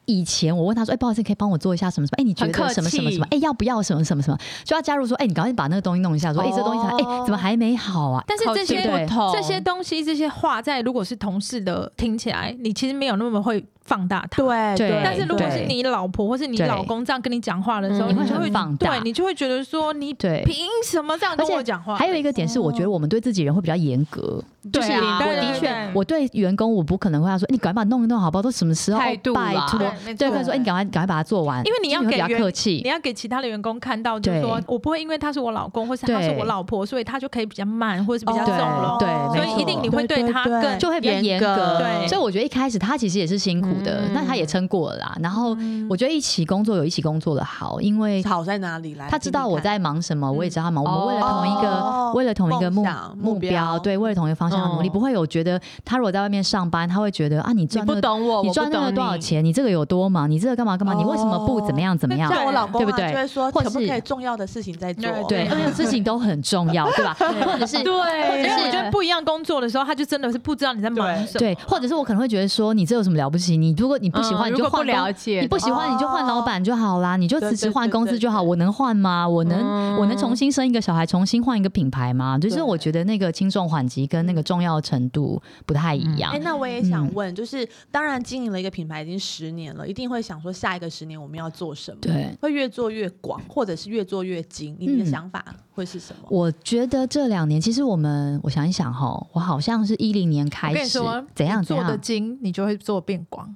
Speaker 3: 以前我问他说：“哎、不好意思，你可以帮我做一下什么什么？哎、你觉
Speaker 2: 很客
Speaker 3: 得
Speaker 2: 气
Speaker 3: 什么什么什么？哎、要不要什么什么什么？”就要加入说：“哎、你赶快把那个东西弄一下。”说：“哎、这东西才哎、
Speaker 2: 哦
Speaker 3: 怎么还没好啊？”
Speaker 4: 但是这些
Speaker 3: 对不对
Speaker 4: 这些东西、这些话，在如果是同事的听起来，你其实没有那么会放大它。
Speaker 1: 对
Speaker 3: 对
Speaker 4: 但是如果是
Speaker 3: 对
Speaker 4: 你老婆或是你
Speaker 3: 对
Speaker 4: 老公这样跟你讲话的时候，
Speaker 2: 嗯
Speaker 4: 就
Speaker 2: 你会
Speaker 4: 会
Speaker 3: 很放大
Speaker 4: 对你就会觉得说你
Speaker 3: 对
Speaker 4: 凭什么这样跟
Speaker 3: 而且
Speaker 4: 我讲话？
Speaker 3: 还有一个点是，我觉得我们对自己人会比较严格。
Speaker 2: 对啊，
Speaker 4: 哦对
Speaker 2: 的确，
Speaker 4: 对对
Speaker 3: 我对员工，我不可能会他说：“哎你赶快把它弄一弄，好不好？都什么时候？
Speaker 2: 态度啦
Speaker 3: 拜托。”
Speaker 4: 对没
Speaker 3: 对，
Speaker 4: 错
Speaker 3: 或者说：“哎、你赶快赶快把它做完。”
Speaker 4: 因为你要
Speaker 3: 就是会
Speaker 4: 给
Speaker 3: 比较
Speaker 4: 员
Speaker 3: 客气
Speaker 4: 你，要给其他的员工看到，就是
Speaker 3: 对
Speaker 4: 说我不会因为他是我老公，或是他是
Speaker 3: 对
Speaker 4: 我老婆，所以他就可以比较慢，或是比较
Speaker 1: 哦
Speaker 4: 纵容。
Speaker 3: 对
Speaker 4: 所
Speaker 3: 没
Speaker 4: 以
Speaker 3: 错
Speaker 4: 一定你会
Speaker 1: 对对
Speaker 4: 他
Speaker 1: 对
Speaker 4: 更
Speaker 3: 就会比较严
Speaker 2: 严格
Speaker 3: 格。
Speaker 4: 对
Speaker 3: 所以我觉得一开始他其实也是辛苦的，
Speaker 2: 嗯
Speaker 3: 那、他也撑过了啦。然后我觉得一起工作有一起工作的好，因为
Speaker 1: 好在哪里来？
Speaker 3: 他知道我在忙什么，我
Speaker 2: 嗯
Speaker 3: 也知道他忙。我们为了同一个、
Speaker 1: 哦
Speaker 3: 为了同一个目
Speaker 1: 梦想目
Speaker 3: 目
Speaker 1: 标
Speaker 3: 标，对，为了同一个方向努力，
Speaker 2: 嗯
Speaker 3: 不会有觉得他如果在外面上班，他会觉得啊，你
Speaker 2: 你
Speaker 3: 赚那
Speaker 2: 不
Speaker 3: 个
Speaker 2: 懂我，
Speaker 3: 你
Speaker 2: 我不
Speaker 3: 赚那
Speaker 2: 懂
Speaker 3: 个
Speaker 2: 你哦
Speaker 3: 多少？钱？你这个有多忙？你这个干嘛干嘛？你为什么不怎么样怎么
Speaker 1: 听你
Speaker 3: 样
Speaker 1: 看。？像我老公啊
Speaker 3: 对不对
Speaker 1: 就会说，
Speaker 3: 或
Speaker 1: 可
Speaker 3: 者是
Speaker 1: 不可以重要的事情再做？
Speaker 4: 对
Speaker 3: 对，因为事情都很重要，对吧？ 或者是
Speaker 2: 对，
Speaker 4: 因
Speaker 3: 就
Speaker 4: 为
Speaker 3: 是
Speaker 4: 我觉得不一样工作的时候，他就真的是不知道你在忙什么。
Speaker 3: 对，或者是我可能会觉得说，你这有什么了不起？你如果你不喜欢，
Speaker 2: 嗯
Speaker 3: 你
Speaker 2: 如
Speaker 3: 就
Speaker 2: 果不
Speaker 3: 换工
Speaker 2: 了解
Speaker 3: 你不喜欢你就换老板就好啦，你就辞
Speaker 1: 对
Speaker 3: 职
Speaker 1: 对
Speaker 3: 换公
Speaker 1: 对
Speaker 3: 司
Speaker 1: 对
Speaker 3: 就好。
Speaker 1: 对
Speaker 3: 我能换吗？我能
Speaker 2: 嗯
Speaker 3: 我能重新生一个小孩，重新换一个品牌吗？就是
Speaker 1: 对
Speaker 3: 我觉得那个轻重缓急跟那个重要程度不太一样
Speaker 1: 哎、。那我也
Speaker 3: 嗯
Speaker 1: 想问，就是当然经营了一个品牌已经十年了，一定会想说下一个十年我们要做什么？，
Speaker 3: 对，
Speaker 1: 会越做越广，或者是越做越精。你的
Speaker 3: 嗯
Speaker 1: 想法会是什么？
Speaker 3: 我觉得这两年其实我们，我想一想哈，我好像是一零年
Speaker 4: 我
Speaker 3: 开
Speaker 4: 跟你
Speaker 3: 始
Speaker 4: 说，
Speaker 3: 怎样
Speaker 4: 你
Speaker 3: 怎
Speaker 4: 做的
Speaker 3: 样，
Speaker 4: 精，你就会做变广。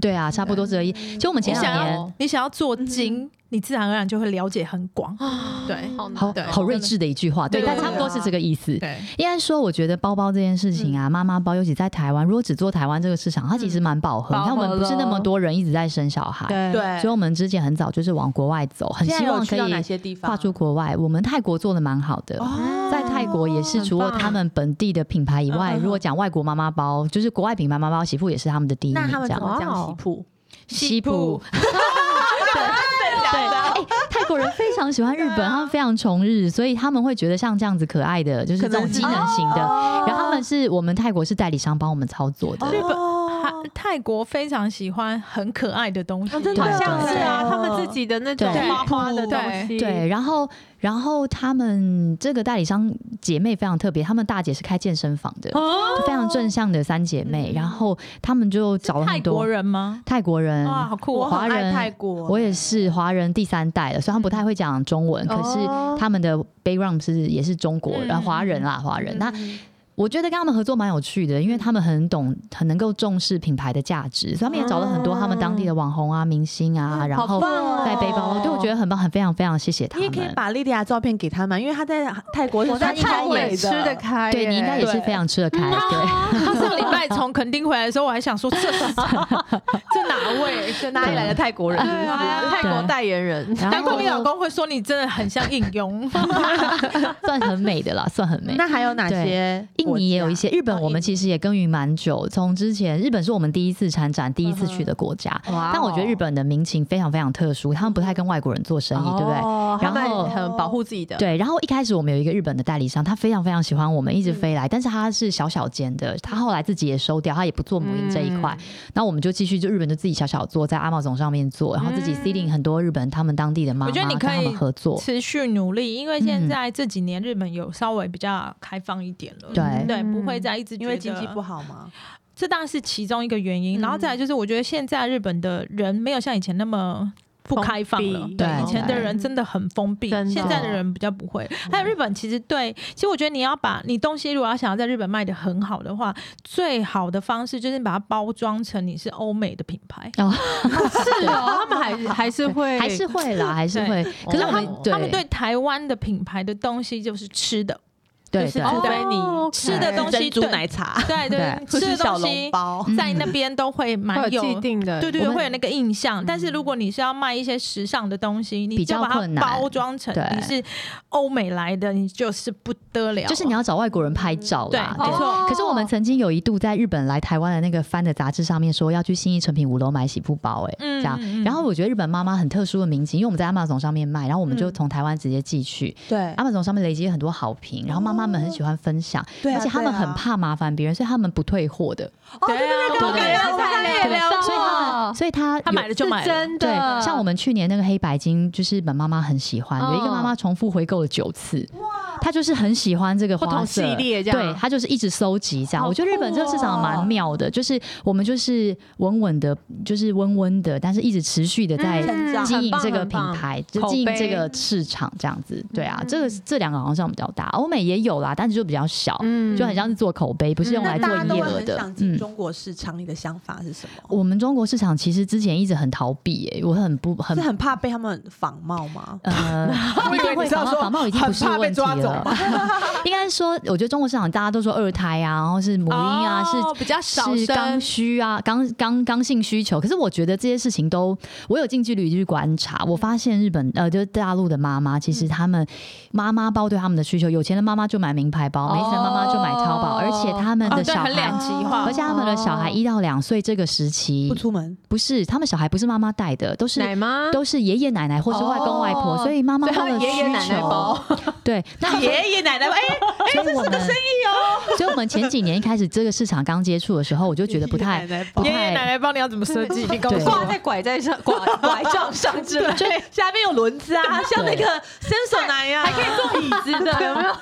Speaker 3: 对啊，差不多这一。其实我们前
Speaker 4: 你
Speaker 3: 两
Speaker 4: 想
Speaker 3: 年
Speaker 4: 要你想要做精，你自然而然就会了解很广。
Speaker 2: 啊
Speaker 4: 对，
Speaker 2: 好难
Speaker 3: 好
Speaker 4: 对
Speaker 3: 好睿智的一句话，对，
Speaker 4: 对
Speaker 3: 但
Speaker 4: 对
Speaker 3: 差不多是这个意思。
Speaker 4: 对，
Speaker 3: 应该说，我觉得包包这件事情啊，妈妈包，尤其在台湾，如果只做台湾这个市场，它其实蛮饱和。
Speaker 2: 饱
Speaker 3: 你看，我
Speaker 2: 和
Speaker 3: 们不是那
Speaker 2: 了
Speaker 3: 么多人一直在生小孩，
Speaker 2: 对
Speaker 1: 对，
Speaker 3: 所以我们之前很早就是往国外走，很
Speaker 1: 哎现在
Speaker 3: 希
Speaker 1: 有
Speaker 3: 望
Speaker 1: 去
Speaker 3: 可
Speaker 1: 到哪
Speaker 3: 以
Speaker 1: 些地方？
Speaker 3: 跨出国外。我们泰国做的蛮好的。
Speaker 1: 哦
Speaker 3: 在泰国也是，
Speaker 2: 很
Speaker 3: 除了
Speaker 2: 棒
Speaker 3: 他们本地的品牌以外，
Speaker 1: 嗯嗯嗯
Speaker 3: 如果讲外国妈妈包，就是国外品牌妈妈包，媳妇也是他们的第一名
Speaker 1: 那他们
Speaker 3: 这
Speaker 1: 怎
Speaker 3: 样。
Speaker 1: 么讲
Speaker 2: 哇哦
Speaker 1: 西铺？
Speaker 3: 西
Speaker 4: 部
Speaker 3: 部，
Speaker 4: 哦
Speaker 3: 对，哎， 泰国人非常喜欢 日本，他们非常崇日，所以
Speaker 1: 啊
Speaker 3: 他们会觉得像这样子可爱的，就是这种机能型的。然后他们是我们泰国是代理商帮我们操作的，
Speaker 1: 哦哦
Speaker 4: 日本还泰国非常喜欢很可爱的东西，
Speaker 1: 哦真的
Speaker 2: 好
Speaker 1: 对
Speaker 2: 像是啊，
Speaker 1: 对
Speaker 2: 他们自己的那种
Speaker 3: 对
Speaker 2: 花花的东
Speaker 4: 对
Speaker 2: 西，
Speaker 3: 对，然后然后他们这个代理商姐妹非常特别，她们大姐是开健身房的，
Speaker 4: 哦，
Speaker 3: 非常正向的三姐
Speaker 1: 哦
Speaker 3: 妹，然后她们就找了
Speaker 4: 泰
Speaker 3: 很多嗯
Speaker 4: 国人吗？
Speaker 3: 泰国人。
Speaker 4: 哇，好酷
Speaker 1: 我
Speaker 4: 哦！
Speaker 3: 华
Speaker 1: 很爱
Speaker 3: 人
Speaker 1: 泰国，
Speaker 3: 我也是华人第三代了，虽然不太会讲中文，可是
Speaker 1: 哦
Speaker 3: 他们的 background 是也是中国人，
Speaker 4: 嗯
Speaker 3: 华人啦，华人。那
Speaker 1: 嗯
Speaker 3: 我觉得跟他们合作蛮有趣的，因为他们很懂，很能够重视品牌的价值，所以他们也找了很多他们当地的网红啊、明星啊，然后
Speaker 1: 好棒哦
Speaker 3: 带背包，对我觉得很棒，很非常非常谢谢他
Speaker 1: 你也可以
Speaker 3: 们。
Speaker 1: 把莉莉亚的照片给他们，因为她在泰国是
Speaker 2: 我在
Speaker 1: 翻译
Speaker 2: 泰
Speaker 1: 超
Speaker 2: 国
Speaker 1: 美
Speaker 2: 也吃得
Speaker 1: 的。
Speaker 2: 开耶，
Speaker 3: 对你应该也是非常吃得
Speaker 1: 嗯
Speaker 3: 开，对，
Speaker 4: 他上礼拜从垦丁回来的时候，我还想说这是 这哪位？这
Speaker 1: 哪里来的泰国人？
Speaker 2: 对啊泰国代言人。
Speaker 3: 然
Speaker 4: 难怪你老
Speaker 3: 后
Speaker 4: 公会说你真的很像应 用。
Speaker 3: 算很美的啦，算很美。
Speaker 1: 那还有哪
Speaker 3: 对
Speaker 1: 些国家？
Speaker 3: 印尼也有一些，日本
Speaker 1: 哦
Speaker 3: 我们
Speaker 1: 印尼
Speaker 3: 其实也耕耘蛮久。从之前日本是我们第一次参展、第一
Speaker 4: 嗯
Speaker 3: 次去的国家，
Speaker 2: 哇哦
Speaker 3: 但我觉得日本的民情非常非常特殊，他们不太跟外国人做生意，对不对？
Speaker 2: 哦他
Speaker 3: 然
Speaker 2: 们
Speaker 3: 后
Speaker 2: 很保护自己
Speaker 4: 啊
Speaker 2: 的，
Speaker 3: 对，然后一开始我们有一个日本的代理商，他非常非常喜欢我们，一直飞
Speaker 4: 嗯
Speaker 3: 来，但是他是小小间的，他后来自己也收掉，他也不做母婴这一
Speaker 4: 嗯
Speaker 3: 块。
Speaker 2: 嗯
Speaker 3: 那、我们就继续就日本就自己小小做，在阿茂总上面做，然后自己 seeding 很多日本他们当地的妈妈，
Speaker 4: 嗯我觉得你
Speaker 3: 跟他
Speaker 4: 可以
Speaker 3: 们合作。
Speaker 4: 持续努力，因为现
Speaker 3: 嗯
Speaker 4: 在这几年日本有稍微比较开放一点了，
Speaker 3: 对
Speaker 4: 对，
Speaker 2: 嗯
Speaker 4: 不会再一直
Speaker 1: 因为
Speaker 4: 觉
Speaker 1: 经
Speaker 4: 得
Speaker 1: 济不，好嘛，
Speaker 4: 这当然是其中一个原因。
Speaker 1: 嗯
Speaker 4: 然后再来就是，我觉得现在日本的人没有像以前那么。不开放了
Speaker 2: 封闭，
Speaker 3: 对
Speaker 4: 以前的人真的很封闭
Speaker 2: 真，的
Speaker 4: 现在的嗯人比较不会。还有日本其实对，其实我觉得你要把你东西如果要想要在日本卖的很好的话，最好的方式就是把它包装成你是欧美的品牌。
Speaker 3: 哦，
Speaker 2: 是哦，他们 还还是会
Speaker 3: 还是会啦，还是
Speaker 4: 对
Speaker 3: 会。可是
Speaker 4: 那
Speaker 3: 我
Speaker 4: 他
Speaker 3: 们
Speaker 4: 们他们对台湾的品牌的东西就是 吃的，
Speaker 3: 对
Speaker 4: 就是
Speaker 3: 对
Speaker 2: 哦
Speaker 4: 自卑
Speaker 2: ，OK
Speaker 4: 吃的东西
Speaker 1: 珍珠
Speaker 4: 对
Speaker 1: 奶 茶，
Speaker 4: 对对，
Speaker 1: 或
Speaker 4: 吃
Speaker 1: 是
Speaker 4: 的
Speaker 1: 小
Speaker 4: 东
Speaker 1: 笼
Speaker 4: 西
Speaker 1: 包，
Speaker 4: 在
Speaker 3: 嗯
Speaker 4: 那边都会蛮
Speaker 2: 会
Speaker 4: 有
Speaker 2: 有。既定的，
Speaker 4: 对对
Speaker 3: 我
Speaker 4: 对，
Speaker 3: 们嗯
Speaker 4: 会有那个印象。但是如果你是要卖一些时尚的东西，你
Speaker 3: 比
Speaker 4: 就
Speaker 3: 较
Speaker 4: 把它
Speaker 3: 困难
Speaker 4: 包装成
Speaker 3: 对
Speaker 4: 你是欧美来的，你就是不得了了。
Speaker 3: 就是你要找外国人拍照
Speaker 4: 对，
Speaker 3: 啦，
Speaker 4: 没
Speaker 2: 哦
Speaker 4: 错，
Speaker 3: 可是我们曾经有一度在日本来台湾的那个翻的杂志上面说要去新义成品五楼买洗护包、哎、
Speaker 4: 嗯
Speaker 3: 这样
Speaker 4: 嗯嗯。
Speaker 3: 然后我觉得日本妈妈很特殊的民情，因为我们在 Amazon 上面卖，然后我们就从台湾直接寄去、
Speaker 1: 对
Speaker 3: Amazon 上面累积了很多好评，然后妈妈们很喜欢分享，
Speaker 1: 对啊，
Speaker 3: 而且他们
Speaker 1: 对啊
Speaker 3: 很，怕麻烦别人，所以他们不退货的。
Speaker 1: 哦
Speaker 4: 对啊
Speaker 1: 对对对，
Speaker 4: 对
Speaker 1: 我
Speaker 4: 对
Speaker 1: 感觉
Speaker 4: 对
Speaker 1: 我刚才也
Speaker 2: 对
Speaker 1: 聊过，
Speaker 3: 所以他们，所以他
Speaker 4: 他
Speaker 3: 有
Speaker 4: 买了就买
Speaker 2: 是
Speaker 4: 了。
Speaker 2: 真
Speaker 3: 对
Speaker 2: 的，，
Speaker 3: 像我们去年那个黑白金，就是本妈妈很喜欢，有一个
Speaker 2: 嗯
Speaker 3: 妈妈重复回购了九次，她就是很喜欢这个
Speaker 2: 不
Speaker 3: 花
Speaker 2: 同
Speaker 3: 色
Speaker 2: 系列这样
Speaker 3: 对她就是一直收集这样。
Speaker 2: 好
Speaker 3: 我觉得日本这个市场
Speaker 1: 哦
Speaker 3: 蛮妙的，就是我们就是稳稳的，就是温温的，但是一直持续的在
Speaker 1: 嗯
Speaker 3: 经营这个品，牌，就
Speaker 2: 口
Speaker 3: 经营这
Speaker 2: 碑
Speaker 3: 个市场这样子。对啊，这个
Speaker 1: 嗯
Speaker 3: 这两个好像上比较大，欧美也有啦，但是就比较小，
Speaker 2: 嗯
Speaker 3: 就很像是做口碑，不是用
Speaker 1: 嗯那
Speaker 3: 来
Speaker 1: 大
Speaker 3: 做
Speaker 1: 家都
Speaker 3: 营业
Speaker 1: 会
Speaker 3: 额
Speaker 1: 很
Speaker 3: 的
Speaker 1: 想。进
Speaker 3: 嗯。
Speaker 1: 中国市场，你的想法是什么？
Speaker 3: 我们中国市场其实之前一直很逃避、欸，我很不很
Speaker 1: 是很怕被他们仿冒吗？
Speaker 3: 呃，一定会
Speaker 1: 你知道
Speaker 3: 仿冒，
Speaker 1: 说
Speaker 3: 仿冒已经不是
Speaker 1: 很怕被
Speaker 3: 问题
Speaker 1: 抓走
Speaker 3: 了。 应该说，我觉得中国市场大家都说二胎啊，然后是母婴啊，
Speaker 4: 哦
Speaker 3: 是
Speaker 4: 比较少哦
Speaker 3: 是刚
Speaker 4: 生，
Speaker 3: 需啊，刚刚刚性需求。可是我觉得这些事情都，我有近距离去观察，
Speaker 1: 嗯
Speaker 3: 我发现日本呃，就是大陆的妈妈，其实他们妈妈包对他们的需求，有钱的妈妈就买名牌
Speaker 1: 哦
Speaker 3: 包，没钱的妈妈就买淘宝，
Speaker 2: 哦
Speaker 3: 而且他们
Speaker 4: 哦
Speaker 3: 的
Speaker 4: 对，
Speaker 3: 小
Speaker 4: 很两
Speaker 3: 孩。
Speaker 4: 极化。
Speaker 3: 而且他们的小孩
Speaker 2: 哦
Speaker 3: 一到两岁这个时期
Speaker 1: 不，出门，
Speaker 3: 不是他们小孩不是妈妈带的，都是
Speaker 2: 奶妈
Speaker 3: 都是爷爷奶奶或是外公外婆，
Speaker 2: 哦
Speaker 3: 所以妈妈
Speaker 2: 所以他
Speaker 3: 包的
Speaker 2: 们爷爷奶
Speaker 3: 需
Speaker 2: 奶
Speaker 3: 求
Speaker 2: 包，
Speaker 3: 对， 那
Speaker 1: 爷爷奶奶哎，
Speaker 3: 所以我们生意哦。 所以我们前几年一开始这个市场刚接触的时候，我就觉得不太
Speaker 1: 爷 爷奶奶
Speaker 3: 不
Speaker 1: 包，
Speaker 4: 爷爷奶
Speaker 3: 太。
Speaker 4: 奶帮你要怎么设 计，你告诉
Speaker 3: 对
Speaker 2: 挂
Speaker 4: 我。
Speaker 2: 在拐在 上拐拐杖上之类
Speaker 1: 对，下面有轮子啊，像那个伸手男
Speaker 4: 啊
Speaker 1: 呀，还可以做椅子
Speaker 2: 真的有没有？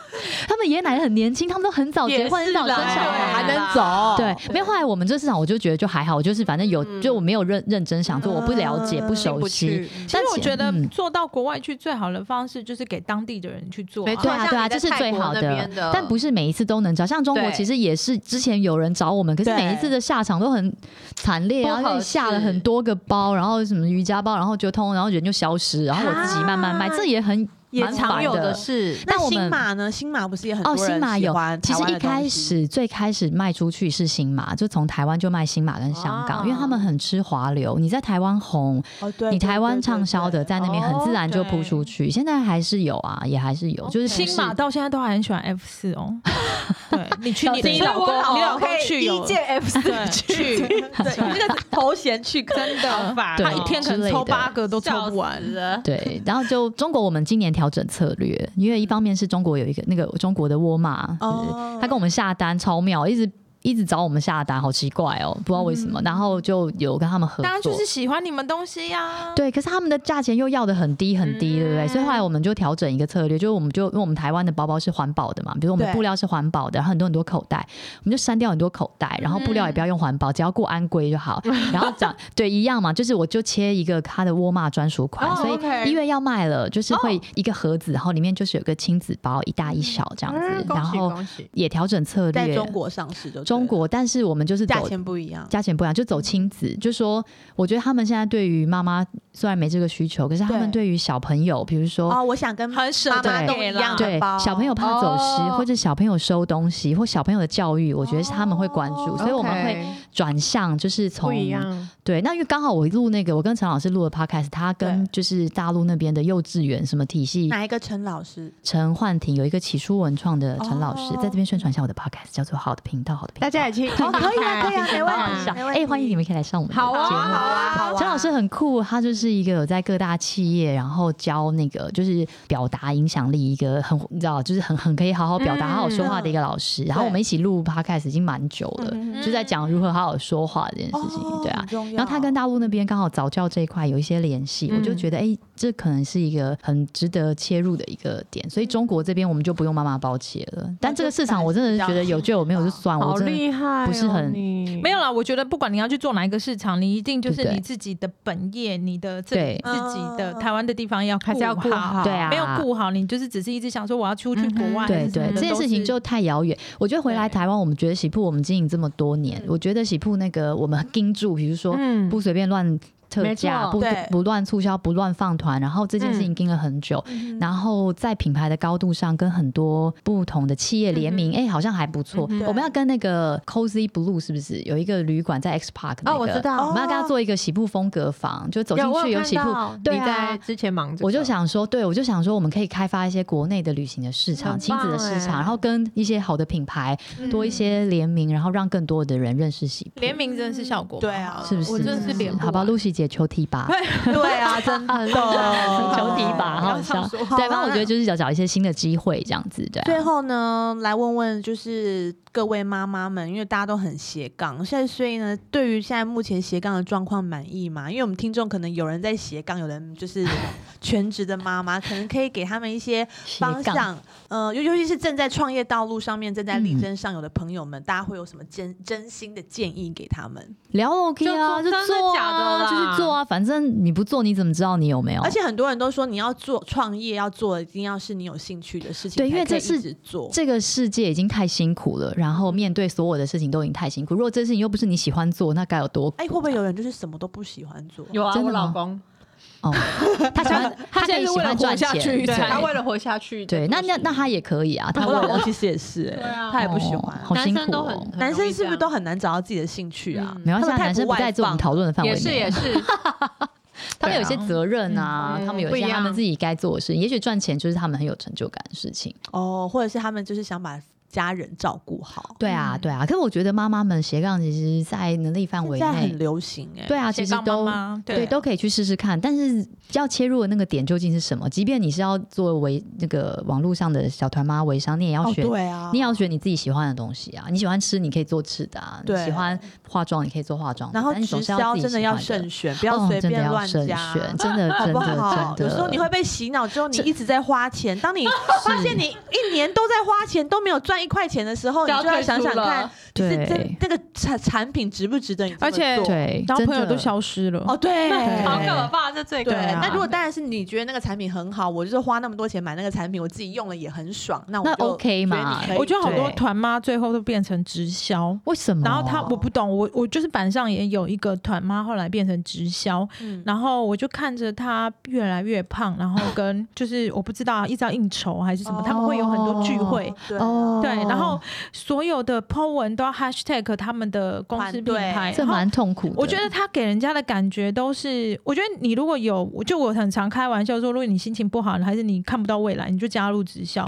Speaker 3: 他们爷爷奶奶很年轻，他们都很早结婚，
Speaker 2: 也
Speaker 3: 很
Speaker 2: 是
Speaker 3: 早生
Speaker 2: 啦
Speaker 3: 小孩，
Speaker 2: 还能
Speaker 1: 走
Speaker 3: 对，没有。后来我们这市场，我就觉得就还好，就是反正有，就我没有认认真想做，我不了解，
Speaker 1: 嗯
Speaker 3: 不熟悉。
Speaker 4: 其
Speaker 3: 但
Speaker 4: 实我觉得
Speaker 3: 嗯
Speaker 4: 做到国外去最好的方式就是给当地的人去做啊，
Speaker 2: 没错
Speaker 3: 对啊，
Speaker 2: 像
Speaker 3: 对啊，
Speaker 2: 你在
Speaker 3: 这是最好
Speaker 2: 泰国那
Speaker 1: 嗯
Speaker 2: 边的
Speaker 3: 但不是每一次都能找。像中国
Speaker 2: 对
Speaker 3: 其实也是，之前有人找我们，可是
Speaker 1: 对
Speaker 3: 每一次的下场都很惨烈啊，
Speaker 2: 不合
Speaker 3: 然
Speaker 2: 适
Speaker 3: 后下了很多个包，然后什么瑜伽包，然后就通，然后人就消失，然后我自己慢慢卖，
Speaker 1: 啊
Speaker 3: 这也很
Speaker 2: 也
Speaker 3: 蛮
Speaker 2: 常
Speaker 3: 烦
Speaker 2: 有
Speaker 3: 的
Speaker 2: 的是，
Speaker 1: 那
Speaker 3: 但我们
Speaker 1: 新马呢？新马不是也很
Speaker 3: 哦，
Speaker 1: 多
Speaker 3: 新
Speaker 1: 人
Speaker 3: 马
Speaker 1: 喜
Speaker 3: 有
Speaker 1: 欢，
Speaker 3: 其
Speaker 1: 台
Speaker 3: 实
Speaker 1: 湾
Speaker 3: 一
Speaker 1: 的东
Speaker 3: 开
Speaker 1: 西
Speaker 3: 始最开始卖出去是新马，就从台湾就卖新马跟
Speaker 1: 啊
Speaker 3: 香港，
Speaker 2: 哦
Speaker 3: 因为他们很吃华流，你在台湾红，
Speaker 1: 哦，对，
Speaker 3: 你
Speaker 1: 对
Speaker 3: 台湾畅销的，
Speaker 1: 对对哦
Speaker 3: 在那边很自然就扑出去。现在还是有啊，也还是有，就是不
Speaker 4: 新
Speaker 3: 是
Speaker 4: 马到现在都还很喜欢 F 四 哦。对你去你
Speaker 3: 对
Speaker 4: 你
Speaker 3: 所以
Speaker 4: 老公
Speaker 2: 我老公
Speaker 4: 你
Speaker 3: 哦
Speaker 4: 老公去哦有
Speaker 2: 一届 F
Speaker 4: 对 去，
Speaker 1: 对，对那个头衔去真的
Speaker 4: 他
Speaker 3: 对
Speaker 4: 一天可能抽八个都抽不完。
Speaker 2: 了，
Speaker 3: 对，然后就中国，我们今年调整策略，因为一方面是中国有一个那个中国的沃尔玛，
Speaker 1: 哦
Speaker 3: 他跟我们下单超妙，一直一直找我们下单，好奇怪哦，不知道为什么。然后就有跟他们合
Speaker 4: 大家
Speaker 3: 作
Speaker 4: 嗯就。是喜欢你们东西呀、啊。
Speaker 3: 对，可是他们的价钱又要的很低很低，对不
Speaker 4: 嗯
Speaker 3: 对？所以后来我们就调整一个策略，就是我们就因为我们台湾的包包是环保的嘛，比如我们
Speaker 1: 对
Speaker 3: 布料是环保的，然后很多很多口袋，我们就删掉很多口袋，
Speaker 4: 嗯
Speaker 3: 然后布料也不要用环保，只要过安规就好。然后讲 对一样嘛，就是我就切一个它的沃玛专属款，
Speaker 4: 哦
Speaker 3: 所以
Speaker 4: OK
Speaker 3: 一月要卖了，就是
Speaker 1: 哦
Speaker 3: 会一个盒子，然后里面就是有个亲子包，一大一小这样
Speaker 2: 嗯
Speaker 3: 子，
Speaker 2: 恭
Speaker 3: 然
Speaker 2: 喜
Speaker 3: 后
Speaker 2: 恭喜！
Speaker 3: 也调整策略。
Speaker 1: 在中国上市就对了
Speaker 3: 中国，但是我们就是
Speaker 1: 价
Speaker 3: 走
Speaker 1: 钱不一样，
Speaker 3: 价钱不一样，就走亲子，就说我觉得他们现在对于妈妈虽然没这个需求，可是他们
Speaker 1: 对
Speaker 3: 对于小朋友，比如说。
Speaker 1: 哦，我想跟妈
Speaker 4: 很舍
Speaker 1: 妈
Speaker 4: 得
Speaker 1: 都
Speaker 4: 给
Speaker 1: 一
Speaker 4: 啦
Speaker 1: 样的
Speaker 3: 对
Speaker 1: 包，
Speaker 3: 小朋友怕走失，
Speaker 2: 哦
Speaker 3: 或者小朋友收东西，或小朋友的教育，我觉得是他们会关
Speaker 1: 哦
Speaker 3: 注，所以我们会
Speaker 2: OK，
Speaker 3: 转向，就是从
Speaker 2: 不一样，
Speaker 3: 对。那因为刚好我录那个，我跟陈老师录的 podcast，他跟
Speaker 1: 对
Speaker 3: 就是大陆那边的幼稚园什么体系，
Speaker 1: 哪一个陈老师？
Speaker 3: 陈焕婷有一个起初文创的陈老师，
Speaker 1: 哦
Speaker 3: 在这边宣传一下我的 podcast，叫做好的频道，好的频道。
Speaker 2: 大家也去
Speaker 1: 哦，可以啊，可 以啊，没问题，
Speaker 3: 想
Speaker 1: 没问
Speaker 3: 哎、
Speaker 1: 题。
Speaker 3: 欢迎你们可以来上我们的节
Speaker 2: 好
Speaker 3: 目。
Speaker 2: 啊，好啊，好
Speaker 1: 好
Speaker 2: 啊
Speaker 1: 啊
Speaker 3: 陈老师很酷，他就是一个有在各大企业，然后教那个就是表达影响力，一个很你知道，就是很很可以好好表达、
Speaker 2: 嗯
Speaker 3: 好好说话的一个老师。然后我们一起录 podcast 已经蛮久了，
Speaker 1: 嗯
Speaker 3: 就在讲如何好好说话这件事情，
Speaker 1: 哦
Speaker 3: 对啊
Speaker 1: 很。重要
Speaker 3: 然后他跟大陆那边刚好早教这一块有一些联系，
Speaker 2: 嗯
Speaker 3: 我就觉得哎、这可能是一个很值得切入的一个点。所以中国这边我们就不用妈妈包切了，但这个市场我真的是觉得有就有，没有就算，
Speaker 2: 好
Speaker 3: 我真的
Speaker 2: 厉害哦，
Speaker 3: 不是很
Speaker 2: 你
Speaker 4: 没有啦，我觉得不管你要去做哪一个市场，你一定就是
Speaker 3: 对对
Speaker 4: 你自己的本业，你的自
Speaker 3: 对
Speaker 4: 自己的
Speaker 1: 嗯
Speaker 4: 台湾的地方要
Speaker 2: 还是要顾
Speaker 4: 好。
Speaker 2: 好，
Speaker 3: 对啊
Speaker 4: 没有顾好，你就是只是一直想说我要出去国外，
Speaker 2: 嗯哼
Speaker 3: 对
Speaker 4: 还是什么
Speaker 3: 对，
Speaker 4: 的
Speaker 3: 这件事情就太遥远。我觉得回来
Speaker 4: 对
Speaker 3: 台湾，我们觉得喜铺我们经营这么多年，我觉得喜铺那个我们盯住，比如说
Speaker 2: 嗯
Speaker 3: 不随便乱特
Speaker 2: 没
Speaker 3: 价，
Speaker 2: 错
Speaker 3: 不
Speaker 1: 对
Speaker 3: 不乱促销，不乱放团，然后这件事情盯了很久，
Speaker 1: 嗯
Speaker 2: 嗯
Speaker 3: 然后在品牌的高度上跟很多不同的企业联名，哎、好像还不错。
Speaker 2: 嗯哼
Speaker 3: 我们要跟那个 Cozy Blue 是不是有一个旅馆在 X Park 那
Speaker 2: 哦，
Speaker 3: 个？
Speaker 2: 我知
Speaker 3: 我
Speaker 2: 道，
Speaker 3: 们要跟他做一个喜铺风格房，就走进
Speaker 2: 我
Speaker 3: 去
Speaker 2: 有
Speaker 3: 有喜铺
Speaker 2: 看，到
Speaker 3: 对
Speaker 2: 你
Speaker 3: 啊
Speaker 2: 在之前忙着，
Speaker 3: 我就想说，对我就想说，我们可以开发一些国内的旅行的市场、
Speaker 2: 很
Speaker 3: 亲子的市
Speaker 2: 棒欸
Speaker 3: 场，然后跟一些好的品牌
Speaker 4: 嗯
Speaker 3: 多一些联名，然后让更多的人认识喜铺，
Speaker 4: 联名真的是效果，
Speaker 1: 对啊，
Speaker 3: 是不是？
Speaker 4: 我真的是
Speaker 3: 不
Speaker 4: 连不
Speaker 3: 好吧，
Speaker 4: 完
Speaker 3: 露西姐求 提拔，
Speaker 1: 对啊， 真的
Speaker 3: 求提拔，好好
Speaker 1: 不要
Speaker 3: 笑
Speaker 2: 啊
Speaker 1: 这。 样说
Speaker 3: 对，反正
Speaker 1: 好
Speaker 3: 我
Speaker 1: 啦
Speaker 3: 觉得就是要找一些新的机会这样子，对
Speaker 1: 最
Speaker 3: 啊。
Speaker 1: 后呢，来问问就是各位妈妈们，因为大家都很斜杠，现在所以呢，对于现在目前斜杠的状况满意吗？因为我们听众可能有人在斜杠，有人就是 全职的妈妈，可能可以给他们一些方
Speaker 3: 斜杠
Speaker 1: 向。呃，尤尤其是正在创业道路上面、正在力
Speaker 3: 嗯
Speaker 1: 争上游的朋友们，大家会有什么真真心的建议给他们？
Speaker 3: 聊 OK 啊，就
Speaker 4: 就做真的
Speaker 3: 做
Speaker 4: 假的
Speaker 3: 啊，
Speaker 4: 啦
Speaker 3: 就是做啊，反正你不做你怎么知道你有没有？
Speaker 1: 而且很多人都说，你要做创业，要做的一定要是你有兴趣的事情，
Speaker 3: 对因为
Speaker 1: 才可以
Speaker 3: 这是
Speaker 1: 一直做。
Speaker 3: 这个世界已经太辛苦了，然后面对所有的事情都已经太辛苦。如果这事情又不是你喜欢做，那该有多
Speaker 1: 哎、会不会有人就是什么都不喜欢 做？
Speaker 2: 有啊，
Speaker 3: 真的
Speaker 2: 我老
Speaker 3: 吗
Speaker 2: 公
Speaker 3: 哦， 他喜欢，他可以喜欢赚钱，
Speaker 2: 对，他
Speaker 3: 对
Speaker 2: 为了活下去，
Speaker 3: 对，那那那他也可以啊，他
Speaker 1: 我
Speaker 3: 为
Speaker 1: 老
Speaker 3: 了
Speaker 1: 公其实也 是、
Speaker 3: 欸
Speaker 1: 哎、
Speaker 2: 对啊
Speaker 1: 他也不喜欢
Speaker 3: 哦。好
Speaker 2: 男
Speaker 3: 辛
Speaker 2: 生
Speaker 3: 苦
Speaker 2: 都
Speaker 3: 哦
Speaker 2: 很，
Speaker 1: 男生是不是都很难找到自己的兴趣啊？
Speaker 3: 没关
Speaker 1: 他
Speaker 3: 系啊，
Speaker 1: 们太
Speaker 3: 男生
Speaker 1: 不
Speaker 3: 不
Speaker 1: 外
Speaker 3: 在这我们
Speaker 1: 放
Speaker 3: 讨论的范围
Speaker 2: 也
Speaker 3: 内，
Speaker 2: 是也是，
Speaker 3: 他们有一些责任啊，
Speaker 2: 嗯
Speaker 3: 他们有
Speaker 2: 不
Speaker 3: 一
Speaker 2: 一
Speaker 3: 些
Speaker 2: 样
Speaker 3: 他们自己该做的事情，也许赚钱就是他们很有成就感的事情。
Speaker 1: 哦，或者是他们就是想把家人照顾好，
Speaker 3: 对啊，
Speaker 4: 嗯
Speaker 3: 对啊，可是我觉得妈妈们斜杠其实，在能力范围
Speaker 1: 现在
Speaker 3: 内
Speaker 1: 很，流行哎、
Speaker 3: 对啊，其
Speaker 4: 斜
Speaker 3: 实
Speaker 4: 杠妈
Speaker 3: 都
Speaker 4: 妈
Speaker 1: 啊
Speaker 3: 对，
Speaker 4: 对
Speaker 3: 都可以去试试看。但是要切入的那个点究竟是什么？即便你是要做微那个网络上的小团妈微商，你也要
Speaker 1: 哦，
Speaker 3: 学
Speaker 1: 对啊，
Speaker 3: 你也要学你自己喜欢的东西啊！你喜欢吃，你可以做吃的啊；你
Speaker 1: 对
Speaker 3: 喜欢化妆，你可以做化妆的。
Speaker 1: 然后
Speaker 3: 但你总
Speaker 1: 直
Speaker 3: 是要
Speaker 1: 销
Speaker 3: 自己
Speaker 1: 真的
Speaker 3: 喜
Speaker 1: 要
Speaker 3: 欢的
Speaker 1: 慎选，不
Speaker 3: 不
Speaker 1: 要随
Speaker 3: 真的
Speaker 1: 便
Speaker 3: 要
Speaker 1: 乱
Speaker 3: 慎
Speaker 1: 加。
Speaker 3: 选，真 的
Speaker 1: 好
Speaker 3: 真
Speaker 1: 不
Speaker 3: 的
Speaker 1: 好？
Speaker 3: 真
Speaker 1: 有
Speaker 3: 的。
Speaker 1: 时候你会被洗脑，之后你一直在花钱。当你发现你一年都在花钱，都没有赚一块钱的时候，你
Speaker 2: 就 要
Speaker 1: 就要想
Speaker 2: 退
Speaker 1: 想
Speaker 2: 出了
Speaker 1: 看，就是
Speaker 3: 对
Speaker 1: 这这个产产品值不值得你这么
Speaker 4: 而且
Speaker 1: 做
Speaker 3: 对，
Speaker 4: 然后
Speaker 3: 真
Speaker 4: 朋友
Speaker 3: 的
Speaker 4: 都消失了。
Speaker 1: 哦，对，
Speaker 2: 好可怕，这最可
Speaker 1: 对，
Speaker 2: 怕。
Speaker 1: 那如果当然是你觉得那个产品很好，我就是花那么多钱买那个产品，我自己用了也很爽，那我
Speaker 3: 那
Speaker 1: 就
Speaker 3: OK 嘛
Speaker 1: 觉得你可以
Speaker 4: 我觉得好多
Speaker 3: 对
Speaker 4: 团妈最后都变成直
Speaker 1: 哦
Speaker 4: 销。
Speaker 3: 为什么？
Speaker 4: 然后她我不懂，我我就是板上也有一个团妈，后来变成直销，
Speaker 1: 嗯
Speaker 4: 然后我就看着她越来越胖，然后 跟就是我不知道一直要应酬还是什么，他们会有很多聚会，
Speaker 1: 对
Speaker 3: 哦，
Speaker 4: 对，然后所有的 po 文都要 hashtag 他们的公司
Speaker 1: 团
Speaker 4: 品
Speaker 1: 队
Speaker 4: 牌，
Speaker 3: 这
Speaker 4: 然后
Speaker 3: 蛮痛苦的。
Speaker 4: 我觉得他给人家的感觉都是，我觉得你如果有，我就我很常开玩笑说，如果你心情不好，还是你看不到未来，你就加入 直销。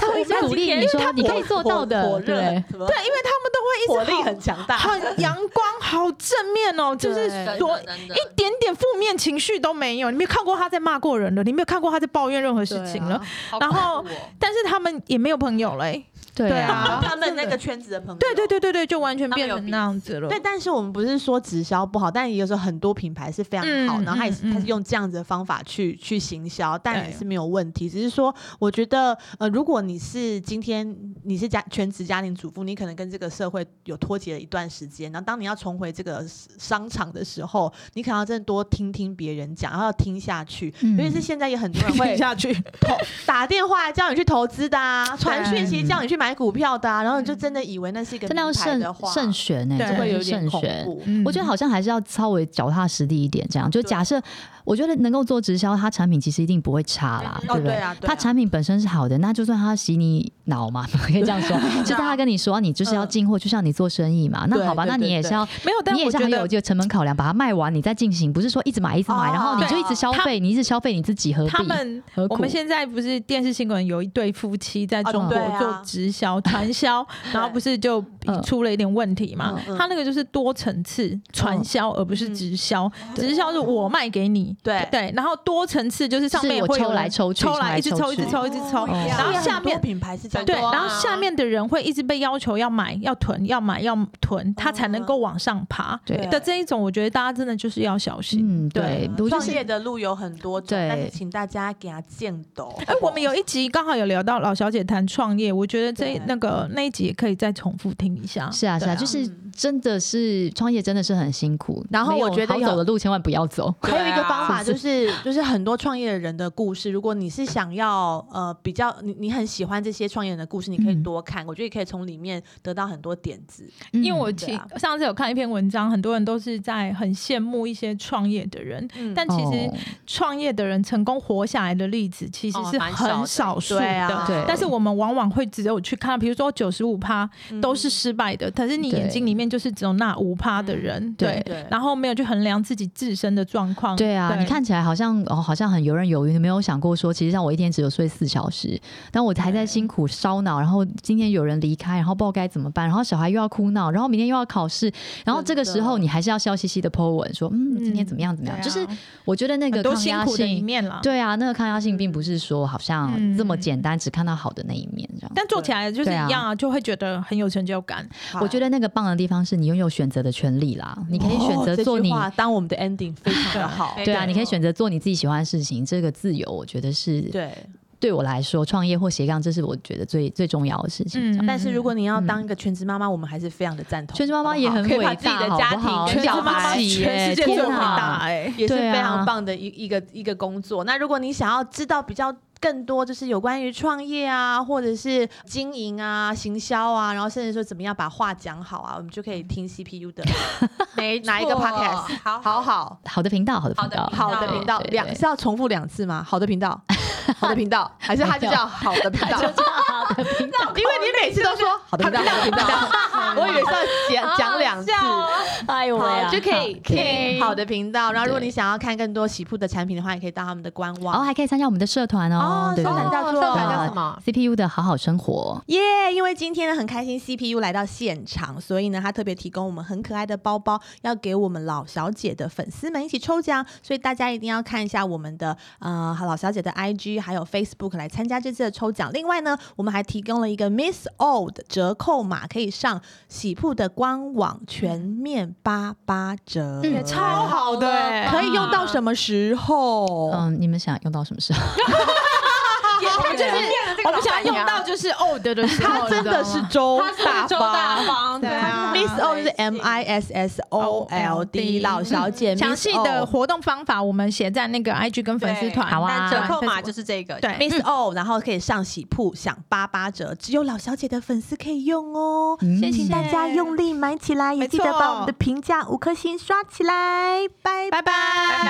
Speaker 3: 他会一直鼓励你说你可以做到
Speaker 1: 火
Speaker 3: 的，
Speaker 1: 热
Speaker 3: 对。
Speaker 1: 什么
Speaker 4: 对，因为他
Speaker 1: 火
Speaker 4: 们都会一直
Speaker 1: 力
Speaker 4: 好
Speaker 1: 很强大，
Speaker 4: 很阳光，好正面哦，就是
Speaker 1: 对
Speaker 4: 所
Speaker 2: 真的
Speaker 4: 一点点负面情绪都没有。你没有看过他在骂过啊
Speaker 3: 啊
Speaker 4: 人了，你没有看过他在抱怨任何事情了，然后但是他们也没有朋友嘞、
Speaker 3: 对
Speaker 4: 对啊
Speaker 3: 啊，
Speaker 1: 他们那个圈子的朋友，
Speaker 4: 对对对对对，就完全
Speaker 2: 他们
Speaker 4: 变
Speaker 2: 有
Speaker 4: 成
Speaker 2: 彼
Speaker 4: 那样子了。
Speaker 1: 对，但是我们不是说直销不好，但也有时候很多品牌是非常好，
Speaker 4: 嗯
Speaker 1: 然后它也是它
Speaker 4: 嗯
Speaker 1: 是用这样子的方法去去行销，但也
Speaker 4: 对
Speaker 1: 是没有问题。只是说，我觉得呃，如果你是今天你是家全职家庭主妇，你可能跟这个社会有脱节了一段时间，然后当你要重回这个商场的时候，你可能要真的多听听别人讲，然后要听下去，
Speaker 3: 嗯
Speaker 1: 尤其是现在也很多人会
Speaker 4: 听下去，
Speaker 1: 投打电话叫你去投资的啊，传讯息
Speaker 3: 对
Speaker 1: 叫你去买股票的啊，然后你就真的以为那是一个
Speaker 4: 嗯
Speaker 3: 真的要
Speaker 1: 名牌
Speaker 3: 慎
Speaker 1: 的话，
Speaker 3: 慎选欸呢、
Speaker 4: 对
Speaker 3: 真
Speaker 1: 就
Speaker 3: 的
Speaker 1: 会有
Speaker 3: 是
Speaker 1: 点
Speaker 3: 慎
Speaker 1: 恐
Speaker 3: 选。
Speaker 1: 怖。
Speaker 4: 嗯
Speaker 3: 我觉得好像还是要稍微脚踏实地一点，这样就
Speaker 1: 对
Speaker 3: 假设，我觉得能够做直销，它产品其实一定不会差啦，
Speaker 1: 哦，
Speaker 3: 不对
Speaker 1: 对？啊，对
Speaker 3: 它
Speaker 1: 啊
Speaker 3: 产品本身是好的，那就算它洗你脑嘛， 可以这样说，就是他跟你说啊你就是要进货，就像你做生意嘛，那
Speaker 1: 对
Speaker 3: 好吧，
Speaker 1: 对
Speaker 3: 那你
Speaker 1: 对
Speaker 3: 也
Speaker 1: 对
Speaker 3: 是要，
Speaker 4: 没有，但
Speaker 3: 你也
Speaker 4: 我
Speaker 3: 是
Speaker 4: 觉
Speaker 3: 很有
Speaker 4: 得
Speaker 3: 这个成本考量，把它卖完你再进行，不是说一直买一直买，
Speaker 1: 哦
Speaker 3: 然后你就一直消
Speaker 4: 对
Speaker 3: 费，你一直消费你自己何必？
Speaker 4: 他们
Speaker 3: 何苦
Speaker 4: 我们现在不是电视新闻有一对夫妻在中
Speaker 1: 哦对啊
Speaker 4: 国做直销、传销，然后不是就
Speaker 3: 嗯
Speaker 4: 出了一点问题嘛？
Speaker 1: 嗯嗯
Speaker 4: 他那个就是多层次传销，
Speaker 3: 嗯
Speaker 4: 而不是直销。
Speaker 1: 对
Speaker 4: 直销是我卖给你，
Speaker 1: 对
Speaker 4: 对，然后多层次就是上面
Speaker 3: 是我
Speaker 4: 会有
Speaker 3: 抽来
Speaker 4: 人
Speaker 3: 抽去
Speaker 4: 抽
Speaker 3: 抽来
Speaker 4: 来一直
Speaker 3: 抽
Speaker 4: 抽，一
Speaker 3: 去
Speaker 4: 直抽，一直抽，
Speaker 3: 哦
Speaker 4: 然后下面。
Speaker 1: 品牌是这样
Speaker 4: 对，
Speaker 2: 很多啊
Speaker 4: 然后下面的人会一直被要求要买、要囤、要买、要囤，他才能够往上爬。
Speaker 3: 嗯对
Speaker 4: 的这一种，我觉得大家真的就是要小心。
Speaker 3: 嗯，对，我就
Speaker 1: 创
Speaker 3: 是
Speaker 1: 业的路有很多种，
Speaker 3: 对
Speaker 1: 但是请大家给他建斗。
Speaker 4: 哎、我们有一集刚好有聊到老小姐谈创业，我觉得这
Speaker 1: 对
Speaker 4: 那个那一集也可以再重复听一下。
Speaker 3: 是啊，是
Speaker 4: 对
Speaker 3: 啊，就是真的是创业真的是很辛苦，
Speaker 1: 然后
Speaker 3: 没有
Speaker 1: 我觉得
Speaker 3: 好
Speaker 1: 有
Speaker 3: 走的路千万不要走。
Speaker 1: 还有一个
Speaker 2: 对啊
Speaker 1: 方法
Speaker 3: 是
Speaker 1: 就
Speaker 3: 不
Speaker 1: 是，就是很多创业人的故事。如果你是想要呃比较，你你很喜欢这些创业人的故事，你可以
Speaker 3: 嗯
Speaker 1: 多看，我觉得也可以从里面得到很多点子。
Speaker 4: 因为我
Speaker 3: 嗯
Speaker 4: 其、
Speaker 1: 对啊
Speaker 4: 上次有看一篇文章，很多人都是在很羡慕一些创业的人，
Speaker 1: 嗯
Speaker 4: 但其实
Speaker 3: 哦
Speaker 4: 创业的人成功活下来的例子其实
Speaker 2: 哦
Speaker 4: 是
Speaker 2: 蛮少
Speaker 4: 很
Speaker 2: 的
Speaker 4: 少数的。
Speaker 1: 对啊
Speaker 3: 对
Speaker 4: 但是我们往往会只有去看，比如说九十五趴
Speaker 1: 嗯
Speaker 3: 嗯
Speaker 4: 都是失败的，可是你眼睛里面就是只有那五趴的人，对
Speaker 3: 对，
Speaker 1: 对，
Speaker 4: 然后没有去衡量自己自身的状况。
Speaker 3: 对啊，你看起来好像哦，好像很游刃有余，你没有想过说，其实像我一天只有睡四小时，但我还在辛苦烧脑，然后今天有人离开，然后不知道该怎么办，然后小孩又要哭闹，然后明天又要考试，然后这个时候你还是要笑嘻嘻的 po 文说，嗯，今天怎么样怎么样，
Speaker 4: 对啊
Speaker 3: 就是我觉得那个
Speaker 4: 很多
Speaker 3: 抗
Speaker 4: 辛
Speaker 3: 压
Speaker 4: 苦的一
Speaker 3: 性。
Speaker 4: 面啦。
Speaker 3: 对啊，那个抗压性并不是说好像
Speaker 4: 嗯
Speaker 3: 这么简单，只看到好的那一面这样。
Speaker 4: 但做起来就是一
Speaker 3: 对啊
Speaker 4: 样啊，就会觉得很有成就感。
Speaker 1: 好
Speaker 3: 我觉得那个棒的地方是你拥有选择的权利啦，你可以选择
Speaker 1: 哦这
Speaker 3: 做
Speaker 1: 句
Speaker 3: 你
Speaker 1: 话当我们的 ending 非常的好。
Speaker 2: 对
Speaker 3: 对啊，你可以选择做你自己喜欢的事情，这个自由我觉得是
Speaker 1: 对，
Speaker 3: 对我来说，创业或斜杠，这是我觉得最最重要的事情。
Speaker 4: 嗯
Speaker 1: 但是如果你要
Speaker 3: 嗯
Speaker 1: 当一个全职妈妈，我们还是非常的赞同。
Speaker 3: 全职妈妈也很
Speaker 1: 好不好可以
Speaker 3: 伟
Speaker 1: 把自己
Speaker 3: 大
Speaker 1: 的
Speaker 3: 好
Speaker 1: 家
Speaker 3: 不好
Speaker 1: 庭、
Speaker 3: 全
Speaker 1: 跟
Speaker 3: 职
Speaker 1: 小
Speaker 3: 妈妈
Speaker 1: 孩
Speaker 3: 起耶
Speaker 4: 全世界
Speaker 3: 天
Speaker 4: 最
Speaker 3: 哪
Speaker 4: 伟大哎、
Speaker 1: 也是
Speaker 3: 对
Speaker 1: 非常
Speaker 3: 啊
Speaker 1: 棒的一一个一个工作。那如果你想要知道比较更多，就是有关于创业啊，或者是经营啊、行销啊，然后甚至说怎么样把话讲好啊，我们就可以听 CPU 的
Speaker 2: 没
Speaker 1: 哪一个
Speaker 2: 错
Speaker 1: podcast？
Speaker 2: 好
Speaker 1: 好好
Speaker 3: 好的频道，好的频道，
Speaker 1: 好的频道，
Speaker 3: 对对
Speaker 1: 两是要重复两次吗？好的频道，好的频道，还是它就叫好的频道？因为你每次都说好的频道，好的频 道，我以为是要讲讲两次。
Speaker 2: 哦
Speaker 3: 哎呦喂
Speaker 1: 好，
Speaker 3: 啊，
Speaker 1: 就可以可以
Speaker 3: OK
Speaker 1: 好的频道。然后，如果
Speaker 3: 对
Speaker 1: 你想要看更多喜铺的产品的话，也可以到他们的官
Speaker 3: 然后
Speaker 1: 网。
Speaker 3: 还可以参加我们的社团哦，对
Speaker 1: 社
Speaker 3: 对
Speaker 1: 团
Speaker 3: 对呃
Speaker 1: 叫做
Speaker 2: 社团叫什么？
Speaker 3: CPU 的好好生活，
Speaker 1: 耶因为今天呢很开心，CPU 来到现场，所以呢他特别提供我们很可爱的包包，要给我们老小姐的粉丝们一起抽奖，所以大家一定要看一下我们的呃老小姐的 IG 还有 Facebook 来参加这次的抽奖。另外呢，我们还提供了一个 Miss Old 折扣码，可以上喜铺的官网全面八八折，
Speaker 3: 嗯
Speaker 4: 超好
Speaker 2: 哦
Speaker 4: 的哎
Speaker 1: 可以用到什么时候？
Speaker 3: 嗯，你们想用到什么时候？
Speaker 4: 啊就是我们想要用到就是 old 的时候，
Speaker 1: 他真的是
Speaker 4: 你知
Speaker 1: 周大
Speaker 2: 大大
Speaker 1: 方。
Speaker 2: 方，
Speaker 4: 对啊
Speaker 2: 对
Speaker 1: Miss O 是 M I S S O L D 嗯老小姐，
Speaker 4: 道吗详细的活动方法，我们写在那个 IG 跟粉丝团。
Speaker 3: 好啊
Speaker 2: 但折扣码就是这个，
Speaker 4: 对
Speaker 1: Miss O，然后可以上喜铺享八八折，只有老小姐的粉丝可以用哦。
Speaker 3: 嗯
Speaker 1: 请大家用力买起来，也
Speaker 4: 没
Speaker 1: 记
Speaker 4: 错
Speaker 1: 得把我们的评价五颗星刷起来，拜
Speaker 4: 拜拜
Speaker 1: 拜。